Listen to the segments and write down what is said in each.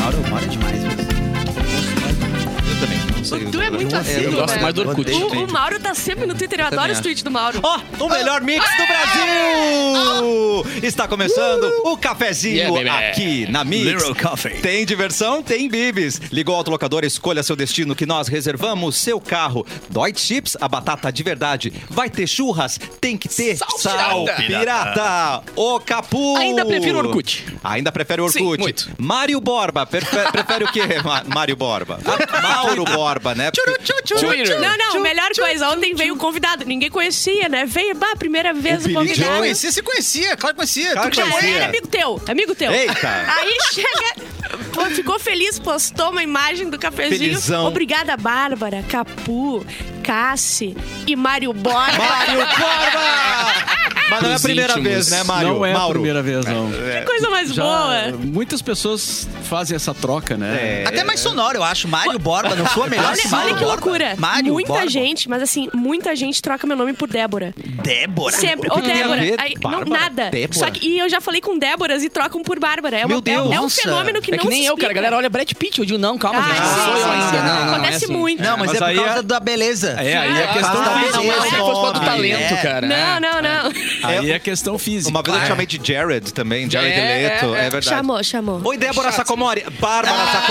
Mauro, mora demais, mas... Eu também, não sei. Tu é muito Eu assíduo, Eu gosto né? mais do Orkut. O, gente. o Mauro tá sempre no Twitter, eu também adoro os acho. tweets do Mauro. Ó, o melhor mix do Brasil! Está começando o cafezinho Yeah, baby. aqui na Mix. Little coffee. Tem diversão? Tem bibis. Ligou o autolocador, escolha seu destino que nós reservamos seu carro. Dói chips, a batata de verdade. Vai ter churras? Tem que ter Sal sal, pirata. pirata. O capu. Ainda prefiro Orkut. Ainda prefere Orkut. Sim, muito. Mário Borba. Prefe- prefere o quê, Ma- Mário Borba? Mauro Borba, né? Porque- Twitter. Não, não, melhor coisa, ontem veio o convidado, ninguém conhecia, né? Veio, bah, primeira vez o, Billy convidado. Joel. Conhecia, se conhecia, claro que conhecia. Claro Claro que Já conhecia. era amigo teu, amigo teu. Eita. Aí chega, pô, ficou feliz, postou uma imagem do cafezinho. Felizão. Obrigada, Bárbara, Capu, Cassi e Mário Borba. Mário Borba! Mas não é a Os primeira íntimos. vez, né, Mário? Não é Mauro. a primeira vez, não. Que coisa mais boa. Muitas pessoas fazem essa troca, né? É. Até mais sonoro, eu acho. Mário Borba, não sua melhor Olha, Mauro olha que Borba. loucura. Mário muita Borba. gente, mas assim, muita gente troca meu nome por Débora. Débora. Sempre. O Ô, que tem a Débora. ver? Aí, não, Bárbara? nada. Débora? Só que, e eu já falei com Déboras e trocam por Bárbara. É, uma- Meu é- Deus. é, um Nossa. fenômeno que É não que nem se eu, cara. A explica. galera olha Brad Pitt. Eu digo, não, calma, gente. Ah, Não sou sim, eu sim, ainda. sim. Não, não, Acontece é assim. muito. Não, mas, Mas é por aí causa é- da beleza. É, aí é questão tá. Ah, Talvez não não é se é fosse por causa do nome. talento, É. cara. Não, não, não. Aí é questão física. Uma vez eu te chamei de Jared também, Jared É, Leto, é, é, é. verdade. Chamou, chamou. Oi, Débora Sacomori. Bárbara Ah.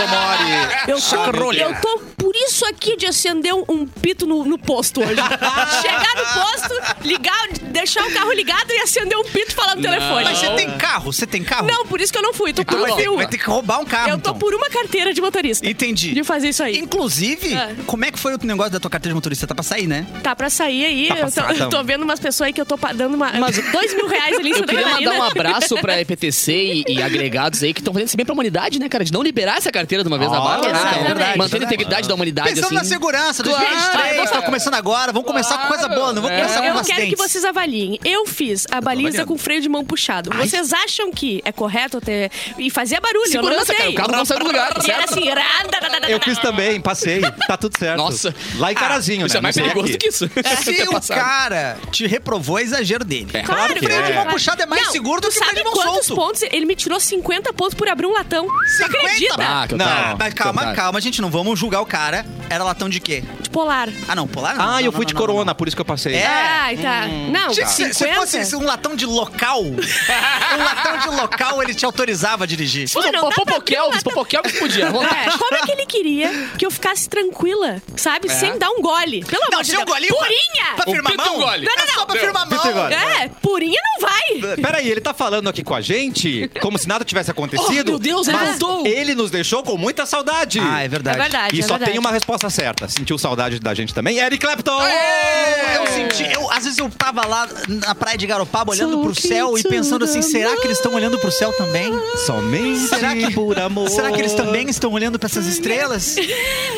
Sacomori. Eu tô, eu tô por isso aqui de acender um, um pito no, no posto hoje. Chegar no posto, ligar, deixar o carro ligado e acender um pito e falar no telefone. Mas você tem carro? Você tem carro? Não, por isso que eu não fui. Tô por Então um vai ter, fio. vai ter que roubar um carro. Eu tô então. por uma carteira de motorista. Entendi. De fazer isso aí. Inclusive, Ah. como é que foi o negócio da tua carteira de motorista? Tá pra sair, né? Tá pra sair aí. eu, tô, eu tô vendo umas pessoas aí que eu tô pa- dando uma, dois mil reais ali em Eu Santa queria Catarina. mandar um abraço pra EPTC e, e agregados aí que estão fazendo isso bem pra humanidade, né, cara? De não liberar essa carteira de uma vez na Ah, barra, né? exatamente. Então, Mantendo a integridade da Tá, humanidade, Pensando assim. na segurança, Claro. 2023, tá começando agora, vamos começar com coisa boa, não vamos É. começar com Eu um quero acidente. que vocês avaliem. Eu fiz a baliza avaliando. com freio de mão puxado. Vocês acham que é correto ter. E fazia barulho, eu não Segurança, sei. cara. O carro não sai do lugar, E era certo? assim. rá, dá, dá, dá, dá, Eu fiz dá. também, passei. Tá tudo certo. Nossa. Lá em Ah, Carazinho, né? Isso é mais Não sei perigoso do aqui. que isso. Se Ter o passado. cara te reprovou, é exagero dele. É. Claro, que freio é. de mão puxada é mais Não, seguro do tu que freio sabe de mão quantos solto. pontos? Ele me tirou 50 pontos por abrir um latão. Você 50? acredita? Ah, que Não, otário. Mas Que calma, otário. calma, gente, não vamos julgar o cara. Era latão de quê? De Tipo, polar. Ah, não, polar não. Ah, não, eu fui não, de não, não, corona, não. por isso que eu passei. É. Ai, tá. Não, Gente, se, se 50? fosse um latão de local, um latão de local ele te autorizava a dirigir. Pô, não dá pra abrir um Popoquelvis, latão. Popoquelvis podia. à vontade. É, como é que ele queria que eu ficasse tranquila, sabe? Sem dar um gole. Pelo amor É. Não, de se eu Deus. golinho pra- Purinha! Pra firmar pito e um mão? gole. É Não, não, só não. pra firmar Pito e mão. É gole. É, purinha não vai. Peraí, ele tá falando aqui com a gente como se nada tivesse acontecido. Oh, meu Deus, ele mas voltou. Ele nos deixou com muita saudade. Ah, é verdade. É verdade. E é só verdade. tem uma resposta certa. Sentiu saudade da gente também? Eric Clapton! É. Eu senti, eu, às vezes eu tava lá na praia de Garopaba olhando pro céu e pensando assim, será que eles estão olhando pro céu também? Somente Será que- por amor. Será que eles também estão olhando pra essas estrelas?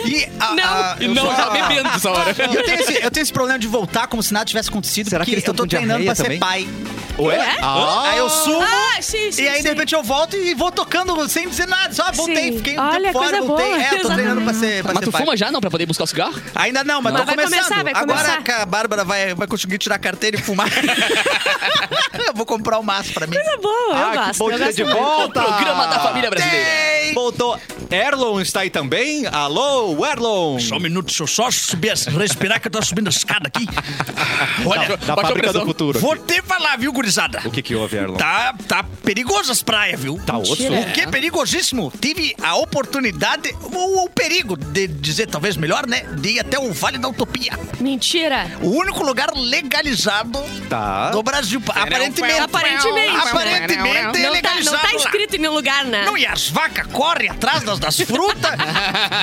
E a, a- E eu não, sou- já bebendo essa hora. E Eu tenho, esse, eu tenho esse problema de voltar como se nada tivesse acontecido, Será que porque eles eu tão tô com treinando diarreia pra ser também? pai. Ué? Ué? Ah, Aí eu subo Ah, sim, sim. e aí sim. de repente eu volto e vou tocando sem dizer nada. Só voltei, Sim. fiquei um Olha, tempo fora, coisa voltei. boa. É, eu tô treinando pra ser, pra Mas ser tu pai. fuma já, não, pra poder buscar o cigarro? Ainda não, mas, Mas tô vai começando. começar, vai Agora começar. que a Bárbara vai, vai conseguir tirar a carteira e fumar. eu vou comprar o maço pra mim. Coisa boa, eu ah que gosto. bom eu dia gosto de muito. volta! Programa da família brasileira. Tem! Voltou. Erlon está aí também. Alô, Erlon! Só um minuto, deixa eu só subir, as- respirar que eu tô subindo a escada aqui. Olha, Da Baixou a fábrica do pressão. futuro. vou ter que falar, viu, gurizada? O que que houve, Erlon? Tá, tá perigoso as praias, viu? Tá osso. O que é perigosíssimo? Tive a oportunidade, ou o perigo, de dizer talvez melhor, né? De ir até o Vale da Utopia. Mentira. tá, O único lugar legalizado Tá. do Brasil. Aparentemente. Aparentemente. Aparentemente é Não tá, legalizado. não tá lá. escrito em nenhum lugar, né? Não, e as vacas correm atrás das, das frutas.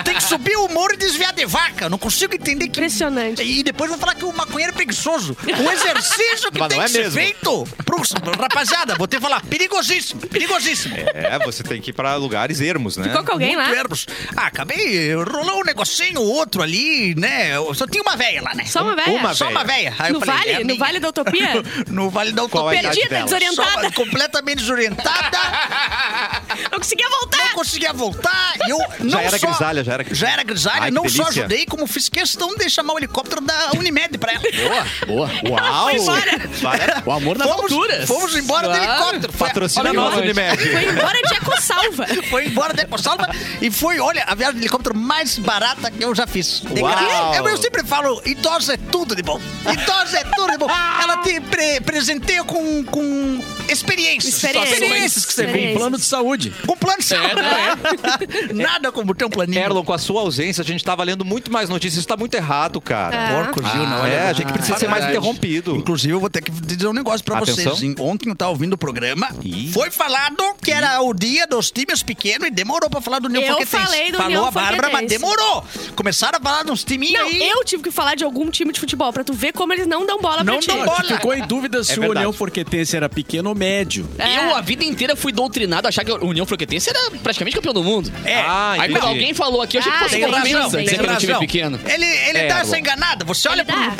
Tem que subir o muro e desviar de vaca. Não consigo entender que. Impressionante. E depois vão falar que o maconheiro é preguiçoso. O exercício que Mas tem não é que ser mesmo. feito. Pro, rapaziada, vou ter que falar perigosíssimo, perigosíssimo. É, você tem que ir pra lugares ermos, né? Ficou com alguém lá? Muito erros. Ah, acabei. Rolou um negocinho, outro ali, né? Eu Só tinha uma véia lá, né? Só uma véia? Uma Só uma véia. Aí eu No falei, é vale? a No minha. vale da utopia? No Vale da Qual a Utopia. idade Perdida, dela? desorientada. Só- completamente desorientada. Não conseguia voltar. Não conseguia voltar. e Eu não Já era só, grisalha, já era Já era grisalha. Ai, que não só delícia. ajudei, como fiz questão de chamar o helicóptero da Unimed pra ela. Boa. Uau! Para- O amor na Fomos, altura. fomos embora Claro. do helicóptero. Foi- Patrocina Olha, nós, olha. Unimed. Foi embora de ecosalva. Foi embora da Ecossalva e foi, olha, a viagem de helicóptero mais barata que eu já fiz. De Uau! graça. Eu, eu sempre falo, idosa é tudo de bom. Idosa é tudo de bom. Ela te pre presenteia com, com experiências. Experiências. Experiências que você Com vem. plano de saúde. Com plano de É, saúde. Nada como ter um planinho. Erlon, com a sua ausência, a gente tava lendo muito mais notícias. Isso tá muito errado, cara. Porco, Gil, não é, é? a gente precisa ser mais verdade. interrompido. Inclusive, eu vou ter que dizer um negócio pra Atenção. vocês. hein? Ontem eu tava ouvindo o programa, Ih. foi falado que era o dia dos times pequenos e demorou pra falar do União Eu Forquetense. falei do Falou União a Bárbara, mas Forquetense. demorou. Começaram a falar de uns timinhos Não, aí. eu tive que falar de algum time de futebol pra tu ver como eles não dão bola Não, pra ti. não, bola. tu ficou em dúvida se o verdade. União Forquetense era pequeno ou médio. É. Eu a vida inteira fui doutrinado a achar que a União Franquetense era praticamente campeão do mundo. É. Ah, Aí entendi. quando alguém falou aqui, eu achei que Ah, fosse tem razão, Palmeiras, tem Tá dizer que era um time pequeno. Ele, ele É, dá Erlon. essa enganada. Você olha Ele tá. dá. pro,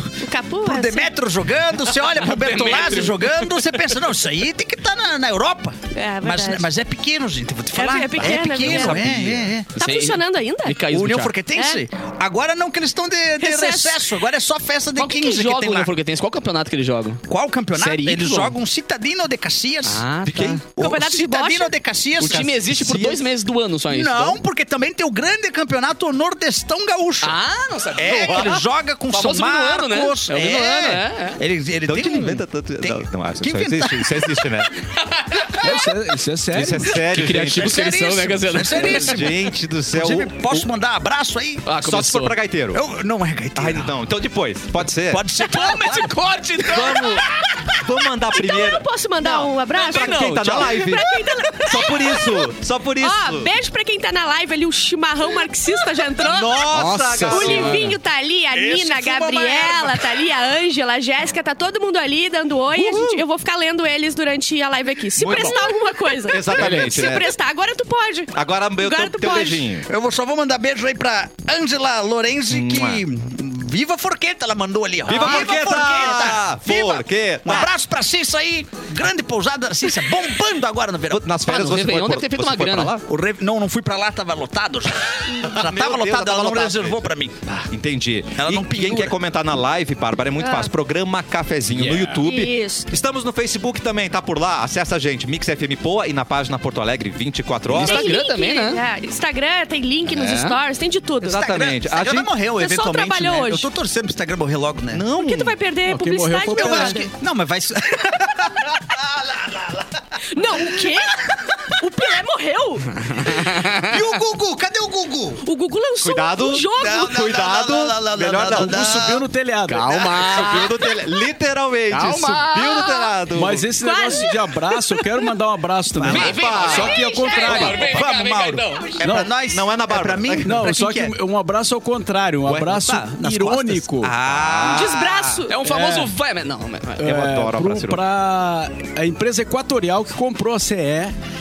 pro, Capu, pro assim. Demetrio jogando, você olha pro Bertolazzi jogando, você pensa, não, isso aí tem que estar na, na Europa. É, mas, verdade. mas é pequeno, gente, vou te falar. é pequeno, é pequeno, é, verdade. é, é. Tá funcionando ainda? Me caiu O no União Thiago. Forquetense? Agora não, que eles estão de, de Recesso. recesso. Agora é só festa de Qual que, que 15 que, joga tem o lá. União Franquetense? Qual campeonato que eles jogam? Qual campeonato? Série Eles Y? jogam Citadino de Caxias. Ah, De quem? tá. O Campeonato de Citadino bocha? de Caxias. O time existe por Caxias. dois meses do ano só isso. Não, então. porque também tem o grande campeonato Nordestão Gaúcho. Ah, não sabia. É, que ele joga com São Famoso Marcos. Minuano, né? É o Minuano, é, Ele, ele Então tem que ele um- inventa tanto. tem- Não, não, isso, que isso inventar. existe, isso existe, né? Não, Isso é, isso é sério. Isso é sério, gente. criativos que eles são, né, Gazela? É seríssimo. Gente do céu. Inclusive, o- posso mandar um abraço aí? Só Ah, se for começou. pra gaiteiro. Eu, não é gaiteiro. Ai, não. Então depois. Pode ser? Pode ser. Toma esse corte, então. Vamos, vamos mandar Então primeiro. eu posso mandar Não, um abraço? Pra quem tá na live. Só por isso. Só por isso. Ó, beijo pra quem tá na live ali, o chimarrão marxista já entrou. Nossa, Nossa cara. O Senhora. Livinho tá ali, a Esse Nina, a fuma uma erva. Gabriela, tá ali, a Ângela, a Jéssica, tá todo mundo ali dando oi. A gente- eu vou ficar lendo eles durante a live aqui. Se Muito prestar bom. alguma coisa. Exatamente, Se né? prestar, agora tu pode. Agora eu Agora tenho tu teu pode. beijinho. Eu vou- só vou mandar beijo aí pra Angela Lorenzi, que. Viva a Forqueta, ela mandou ali, ó. Viva a Forqueta! Viva! Forqueta! Um abraço pra Cissa aí, grande pousada Cissa, bombando agora no verão. Nas férias Ah, no você foi, Réveillon deve por- ter feito você uma foi pra grana. lá? O Re- Não, não fui pra lá, tava lotado já. Já Meu tava Deus, lotado, tava ela não lotado. reservou pra mim. Entendi. Ela e não quem pendura. quer comentar na live, Bárbara, é muito fácil. Programa Cafezinho no YouTube. Ah. Isso. Estamos no Facebook também, tá por lá? Acessa a gente, Mix FM Poa e na página Porto Alegre 24 No horas. Instagram link, também, né? é, Instagram, tem link nos É. stories, tem de tudo. Exatamente. Exatamente. Instagram, Instagram A gente- morreu, O pessoal eventualmente. trabalhou né? hoje. Eu tô torcendo pro Instagram morrer logo, né? Não. Por que tu vai perder Não, quem publicidade? morreu foi o Eu meu acho brother? que. Não, mas vai. Não, o quê? O Pelé morreu. e o Gugu? Cadê o Gugu? O Gugu lançou Cuidado. um jogo. Não, não, Cuidado. não, não, não, não, Melhor não, não. não, não. Tu subiu no telhado. Calma. Subiu do tele... Literalmente, Calma. subiu do telhado. Mas é- esse Quase. negócio de abraço, eu quero mandar um abraço também. Vem, vem, vem, Só que ao Mauro, contrário. vem, cá, Vamos, vem cá, Mauro. então. É Não, pra nós? não é na Bárbara. pra mim? Não, Pra só quem que é? um abraço ao contrário, um abraço tá, Opa, nas irônico. costas. Ah, Um desbraço. É um famoso vai, mas não, mas- mas- Eu é, adoro pro- abraço irônico. pra a empresa Equatorial que comprou a CE.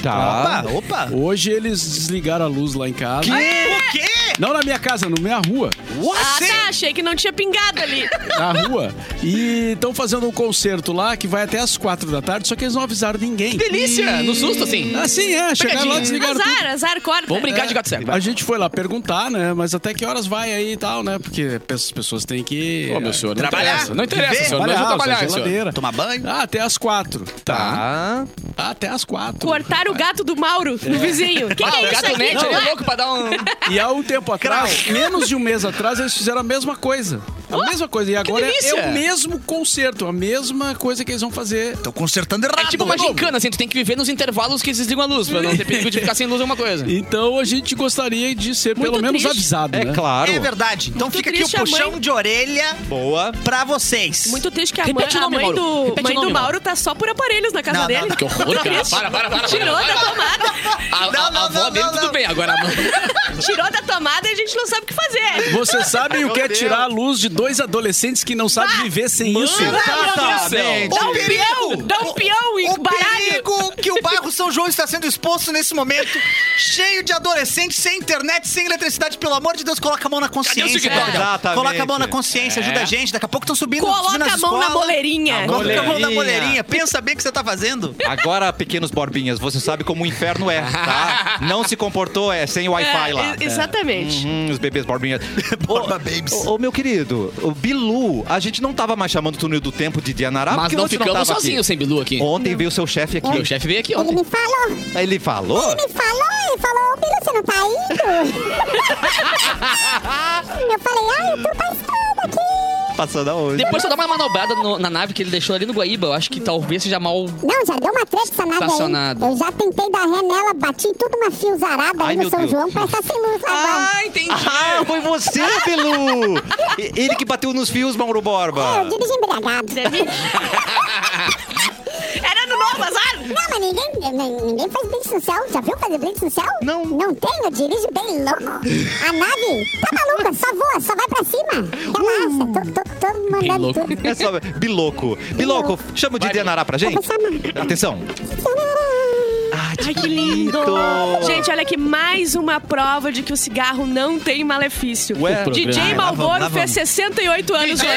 Tá. opa, Ah, opa. Hoje eles desligaram a luz lá em casa. O quê? Não na minha casa, na minha rua. Ah, tá, achei que não tinha pingado ali. na rua. E estão fazendo um concerto lá que vai até as quatro da tarde, só que eles não avisaram ninguém. Delícia, no susto, assim. Assim é, chegaram lá, Pegadinha. desligaram tudo. Azar, azar, corta. Vamos brincar de gato cego. A gente foi lá perguntar, né? Mas até que horas vai aí e tal, né? Porque as pessoas têm que. Ô, meu senhor, não Trabalhar. Não interessa, Viver. senhor. Nós vamos trabalhar, senhor. geladeira. Tomar banho? Ah, até as quatro. Tá. Ah, Ah, até as quatro. Cortaram o gato do Mauro, do vizinho. Que que é Ah, o isso gato aqui? Nete ele é louco pra dar um... E há um tempo atrás, menos de um mês atrás, eles fizeram a mesma coisa. A mesma coisa. E agora é- delícia. é o mesmo concerto, a mesma coisa que eles vão fazer. Tô consertando errado. É tipo uma gincana, assim, tu tem que viver nos intervalos que eles desligam a luz, pra não ter perigo de ficar sem luz alguma coisa. Então a gente gostaria de ser Muito pelo menos triste. avisado, é né? claro. É verdade. Então Muito fica aqui o triste a mãe. puxão de orelha Boa. pra vocês. Muito triste que a mãe, Repete o nome, a mãe Mauro. do, Repete mãe o nome, do Mauro tá só por aparelhos na casa Não, não, dele. não, Que horror, Muito cara. triste. Para, para, para. Tirou para, da para. tomada. A, a, Não, não, a avó não, dele, não, tudo não. É bem. Agora a mãe... Tirou da tomada e a gente não sabe o que fazer. Vocês sabem o que é Meu tirar a luz de dois adolescentes que não Ah! sabem viver sem isso? Tá, Mano, Exatamente. O Dá um perigo! peão, dá um peão e O baralho. perigo que o bairro São João está sendo exposto nesse momento, cheio de adolescentes, sem internet, sem eletricidade. Pelo amor de Deus, coloca a mão na consciência. TikTok? Gabriel. Exatamente. É. Coloca a mão na consciência, ajuda a gente. Daqui a pouco estão subindo. subindo Coloca nas a mão na escolas. boleirinha. Coloca a mão na Boleirinha. boleirinha. Pensa bem o que você tá fazendo. Agora, pequenos Borbinhas, você sabe como o inferno é, tá? Não se comportou é sem Wi-Fi É, lá. e- Exatamente. Hum, os bebês Borbinhas. Borba Babies. Ô, ô, meu querido, o Bilu, a gente não tava mais chamando o túnel do tempo de Dianará, Mas porque não ontem não ficamos tava aqui. sozinhos sem Bilu aqui. Ontem veio o seu chefe aqui. Meu chefe veio aqui ontem. Ele me falou, ele Aí Ele falou? me falou, ele falou, ô Bilu, você não tá indo? eu falei, ai, eu tô passando aqui. Passando aonde? Depois só dá uma manobrada no- na nave que ele deixou ali no Guaíba. Eu acho que talvez seja mal. Não, já deu uma treta essa nave Estacionado. aí. Eu já tentei dar ré nela, bati em tudo uma fiozarada Ai, aí no meu São Deus. João pra estar sem luz agora. Ah, entendi. Ah, foi você, Bilu! E- Ele que bateu nos fios, Mauro É, Borba. eu dirijo embriagado. é Uhum. Era no novo azar? Não, mas ninguém, n- ninguém faz blitz no céu. Já viu fazer blitz no céu? Não. Não tem, eu dirijo bem louco. A nave tá maluca, só voa, só vai pra Uh. cima. Relaxa, tô, tô, tô mandando louco. tudo. É só Biloco. Biloco, chama o Didi Anará pra gente. Vou chamar. Atenção. Ai, que lindo! bonito. Gente, olha aqui, mais uma prova de que o cigarro não tem malefício. Ué? DJ Ai, lá vamos, Malboro lá fez 68 anos hoje.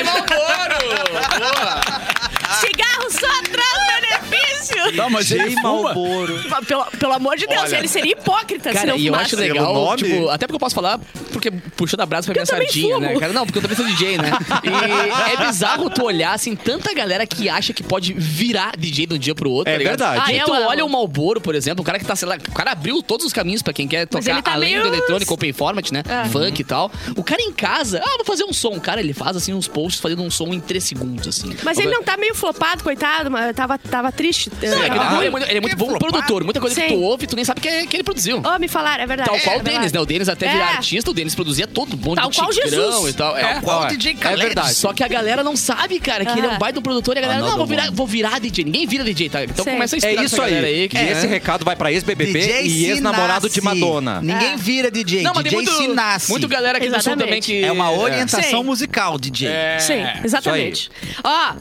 Cigarro só traz benefício! um- Tá, mas ele fuma. Malboro. Pelo, pelo amor de Deus, Olha. ele seria hipócrita se Cara, não e eu fumasse. acho legal, Pelo nome? tipo, até porque eu posso falar, porque puxando a brasa pra minha eu também sardinha, fumo. né, cara? Não, porque eu também sou DJ, né? E é bizarro tu olhar, assim, tanta galera que acha que pode virar DJ de um dia pro outro, É tá ligado? verdade. Aí Ah, tu eu amo. olha o Malboro, por exemplo, o cara que tá, sei lá, o cara abriu todos os caminhos pra quem quer Mas tocar ele tá além meio- É. do eletrônico, open format, né? Funk e tal. O cara em casa, ah, vou fazer um som. Cara, ele faz, assim, uns posts fazendo um som em 3 segundos, assim. Mas ele não tá meio flopado, coitado, mas tava, tava triste. É que ele é Ah. muito- ele é muito, ele é muito bom produtor. Muita coisa que Sim. tu ouve, tu nem sabe que, é- que ele produziu. Ó, me falaram, é verdade. Tal qual é o Denis, verdade. né? O Denis até virar É. artista, o Denis produzia todo mundo Tal do qual Tigrão Jesus. e tal. é. qual o É. DJ É Khaled. verdade. Só que a galera não sabe, cara, que ele é um Ah. baita produtor e a galera, Another não, vou virar, one. vou virar DJ. Ninguém vira DJ, tá? Então Sim. começa a É estudar isso aí. é. que, E né? Esse recado vai pra ex-BBB e se ex-namorado de nasce. Madonna. Ninguém É. vira DJ, Não, mas tem DJ se muito, nasce. muito galera aqui do Sul Exatamente. também que... É uma orientação Sim. musical, DJ. É, Sim, exatamente. Ó,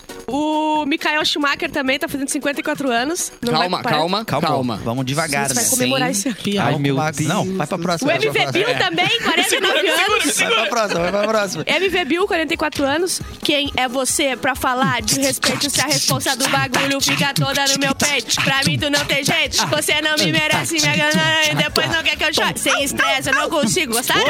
o Mikael Schumacher também tá fazendo 54 anos. Não é Calma, vai parar. calma, calma, Vamos devagar, Você né? vai comemorar Sim. esse ano. Ai, meu Vamos pra- Deus. Não, vai pra O próxima. vai pra MV próxima. Bill também, 49 anos. Vai pra próxima, vai pra próxima. MV Bill, 44 anos. Quem é você pra falar de respeito se a responsa do bagulho fica toda no meu peito? Pra mim, tu não tem jeito. Você não me merece, me agarrar e depois não quer que eu chore. Sem estresse, eu não consigo, gostaram?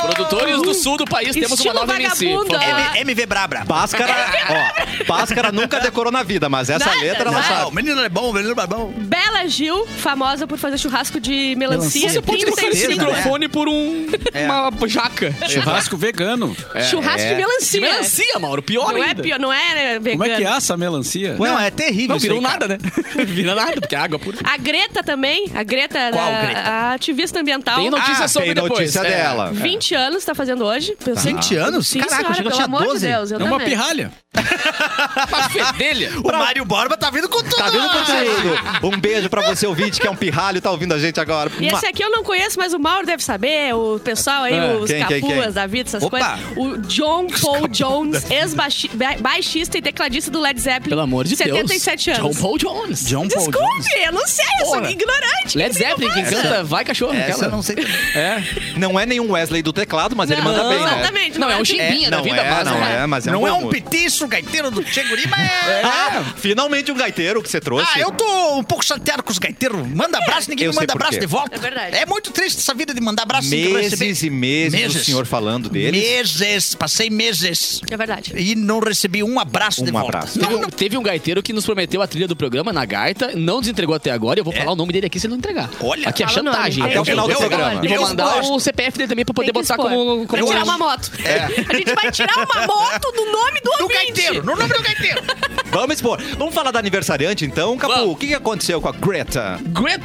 Produtores Uh. do Sul do país, temos uma Estilo nova MC. por vagabunda. favor. Oh! É, M- MV Brabra. Páscara, ó, Páscara nunca decorou na vida, mas essa Nada, letra ela nada. sabe. Não, menino é bom, menino é bom. Bela Gil, famosa por fazer churrasco de melancia. Melancia. Você pode trocar esse 35. certeza, né? microfone por um, É. uma jaca. Churrasco vegano. Churrasco de melancia. Melancia, Mauro, pior Não é, ainda. pior, não é vegano. Como é que é essa melancia? não, é terrível. Não isso aí, um virou cara. nada, né? Vira nada, porque é água pura. A Greta também, a Greta, Qual a- Greta? a ativista ambiental. Tem notícia Ah, sobre tem depois. notícia é. dela. 20 anos tá fazendo hoje. Pensei, 20 anos? Sim, Caraca, eu senhora, achei que eu pelo tinha amor 12. de Deus, eu É uma também. pirralha. Uma fedelha. O Mário Borba tá vindo com tudo. Tá vendo o conteúdo? Um beijo pra você, ouvinte, que é um pirralho, tá ouvindo a gente agora. E esse aqui eu não conheço, mas o Mauro deve saber, o pessoal aí, É, os quem, quem, capuas quem? da vida, essas Opa! coisas. O John Paul Jones, ex-baixista e tecladista do Led Zeppelin. Pelo amor de Deus. 77 anos. John Paul Jones. John Paul Jones. Desculpe, eu não sei, eu sou Porra. ignorante. Led Zeppelin, quem canta Vai Cachorro. Essa aquela. eu não sei. Não é nenhum Wesley do teclado, mas ele Não, manda bem, né? Exatamente. Não, é um de- chimbinha da não vida, é, mas não né? é, mas é um não bom é um humor. petiço gaiteiro do Cheguri, mas... é. Ah, finalmente um gaiteiro que você trouxe. Ah, eu tô um pouco chateado com os gaiteiros. Manda abraço, É, ninguém Eu me sei manda por abraço quê. de volta. É verdade. É muito triste essa vida de mandar abraço sem Meses e meses, o Meses. senhor falando dele. Meses, passei meses. É verdade. E não recebi um abraço de Um volta. abraço. Não, Teve, não. um, teve um gaiteiro que nos prometeu a trilha do programa na gaita, não desentregou até agora. e Eu vou falar o nome dele aqui se ele não entregar. Olha. aqui é Fala o nome. chantagem. Até o final do Eu- programa. E vou Eu mandar gosto. o CPF dele também pra poder Tem que botar expor. como. Tem como que tirar uma moto. A gente vai tirar uma moto do nome do É. Do ouvinte. gaiteiro, no nome do gaiteiro. Vamos expor. Vamos falar da aniversariante, então, Capu. Vamos. O que que aconteceu com a Greta?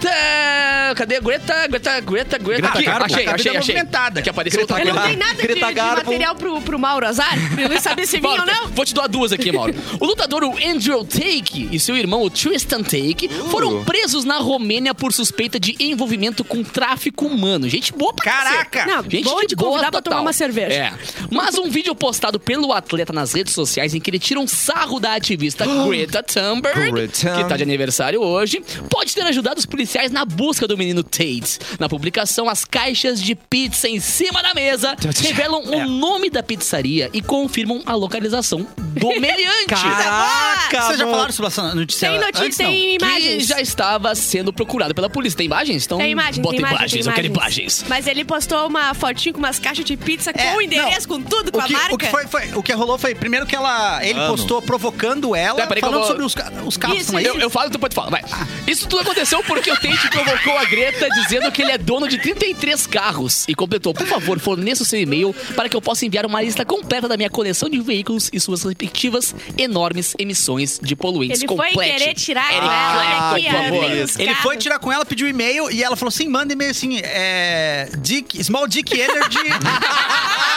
Greta! Cadê? Greta, Greta, Greta, Greta. Aqui, Garbo. achei, Tá achei, vida achei. movimentada. Que apareceu outra Eu não coisa. tenho nada de, Greta de Garbo. material pro, pro Mauro Azar, pra ele saber se vinha ou Mauro, não. Vou te dar duas aqui, Mauro. O lutador o Andrew Take e seu irmão o Tristan Take foram presos na Romênia por suspeita de envolvimento com tráfico humano. Gente boa pra cacete. Caraca. Não, Gente vou de te boa convidar pra total. tomar uma cerveja. É. Mas um vídeo postado pelo atleta nas redes sociais em que ele tira um sarro da ativista artista Greta Thunberg, Greta. que tá de aniversário hoje, pode ter ajudado os policiais na busca do menino Tate. Na publicação, as caixas de pizza em cima da mesa revelam É. o nome da pizzaria e confirmam a localização do meliante. Caraca! Vocês já mano. falaram sobre essa notícia? Tem antes, notícia, não? tem Que imagens. já estava sendo procurado pela polícia. Tem imagens? Então Tem imagens, bota tem imagens, imagens, tem eu quero imagens. imagens. Mas ele postou uma fotinho com umas caixas de pizza É, com o endereço, não. com tudo, com o que, a marca. O que, foi, foi- o que rolou foi, primeiro que ela, ele Mano. postou provocando ela, Tá, peraí que eu falando vou- sobre os, ca- os carros. Isso, que estão aí. Eu, eu falo, tu pode falar. Vai. Isso tudo aconteceu porque o Tate provocou a Greta dizendo que ele é dono de 33 carros. E completou, por favor, forneça o seu e-mail para que eu possa enviar uma lista completa da minha coleção de veículos e suas respectivas enormes emissões de poluentes. Ele foi Complete. querer tirar Eric ela. Olha Clapton, aqui, é por ó, favor. tem os Ele carros. foi tirar com ela, pediu e-mail e ela falou assim: manda e-mail assim, é. Dick, small Dick Energy.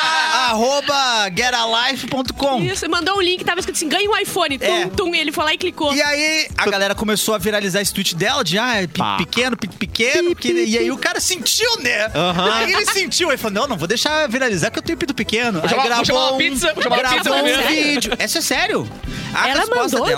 arroba getalife.com. Isso, mandou um link, tava escrito assim, ganha um iPhone. Tum, É. tum, e ele foi lá e clicou. E aí, a galera começou a viralizar esse tweet dela de ah, é pe- pequeno, pe- pequeno, pequeno. E aí o cara sentiu, né? Aham. Aí ele sentiu, ele falou: não, não vou deixar viralizar que eu tenho pido pequeno. Aí chamar- vou gravou chamar uma um- pizza, vou chamar uma gravou pizza um primeiro. vídeo. Essa é sério. A Ela resposta mandou? dela.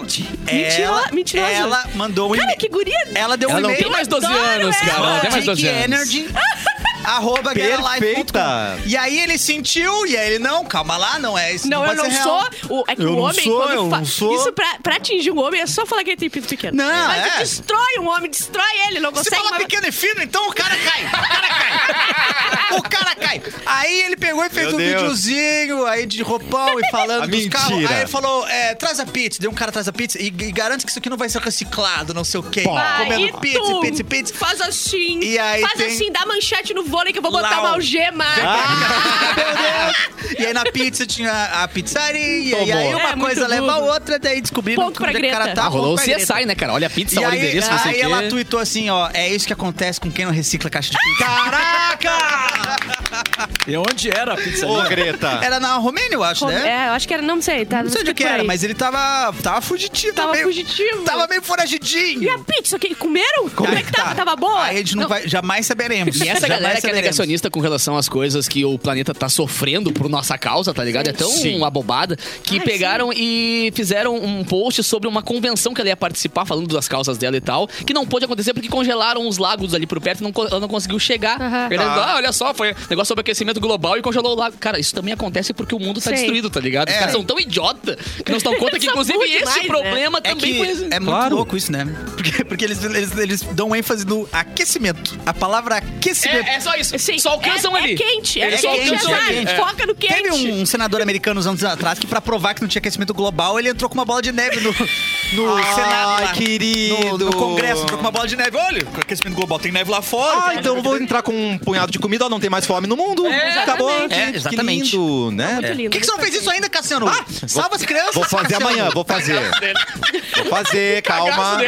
é Mentiro- Ela- mentirosa. Ela mandou um Cara, e-mail. que guria. Ela deu um Ela não e-mail. tem mais 12 adoro anos, ela. cara. Não tem mais 12 anos. Energy, arroba Perfeita. getalife.com. E aí ele sentiu, e aí ele, não, calma lá, não é isso. Não, eu pode não ser real. sou. O, é que Eu o não homem, sou, quando eu fa- não sou. Isso pra, pra atingir um homem é só falar que ele tem pinto pequeno. Não, Mas é. destrói um homem, destrói ele, não Se consegue. fala mais- pequeno e fino, então o cara cai. O cara cai. o cara cai. Aí ele pegou e fez Meu um Deus. videozinho aí de roupão e falando A dos mentira. carros. Aí ele falou, é, traz a pizza. Deu um cara traz a pizza e, e garante que isso aqui não vai ser reciclado, não sei o quê. Vai, e Comendo pizza, tum, pizza, pizza. Faz assim. E aí faz tem- assim, dá manchete no vôlei que eu vou botar Lau. uma algema. Ah, Meu Deus. E aí na pizza tinha a pizzaria. E aí Tomou. uma É, muito coisa leva a burro. outra, daí descobriram Ponto que onde pra é que o cara Greta. tá. Ah, rolou o ponto pra Greta. CSI, né, cara? Olha a pizza, E olha o aí, endereço, não sei o aí quê. ela tweetou assim, ó, é isso que acontece com quem não recicla caixa de pizza. Caraca! E onde era a pizza? Ô, Greta. Era na Romênia, eu acho, Como- né? É, eu acho que era, não sei, tá? Não sei onde fica que por era, aí. Tá mas ele tava, tava fugitivo. Tava meio, fugitivo. Tava meio E foragidinho. a pizza que comeram? Como, é que tá. tava? Tava boa? Aí a gente não, vai, jamais saberemos. E Jamais essa galera que é saberemos. negacionista com relação às coisas que o planeta tá sofrendo por nossa causa, tá ligado? É tão abobada que Ai, pegaram e fizeram um post sobre uma convenção que ela ia participar, falando das causas dela e tal, que não pôde acontecer porque congelaram os lagos ali por perto e não, co- ela não conseguiu chegar. Aham. Ela dizendo, Ah, olha só, foi negócio sobre aquecimento global e congelou o lago. Cara, isso também acontece porque o mundo tá Sim. destruído, tá ligado? Os É. caras são tão idiota que não se dão conta que, São inclusive, burro esse demais, né? problema É, também que foi. esse. é muito louco isso, né? Porque, porque eles, eles, eles dão ênfase no aquecimento. A palavra aquecimento. É, é só isso. Sim, só alcançam é, ali. É quente, é, Eles só quente, alcançam azar, ali. É. foca no quente. Teve um, um senador americano uns anos atrás que, pra provar que não tinha aquecimento global, ele entrou com uma bola de neve no, no Ah, Senado. lá. querido. No, no Congresso, entrou com uma bola de neve. Olha, aquecimento global tem neve lá fora. Ah, então eu vou entrar com um punhado de comida, ó, não tem mais fome no mundo. Acabou. exatamente. É, Que exatamente. lindo, né? Muito lindo. Por É. que, que você não fez isso ainda, Cassiano? Ah, salva as crianças. Vou fazer Cassiano. amanhã, vou fazer. Vou fazer, Tá calma.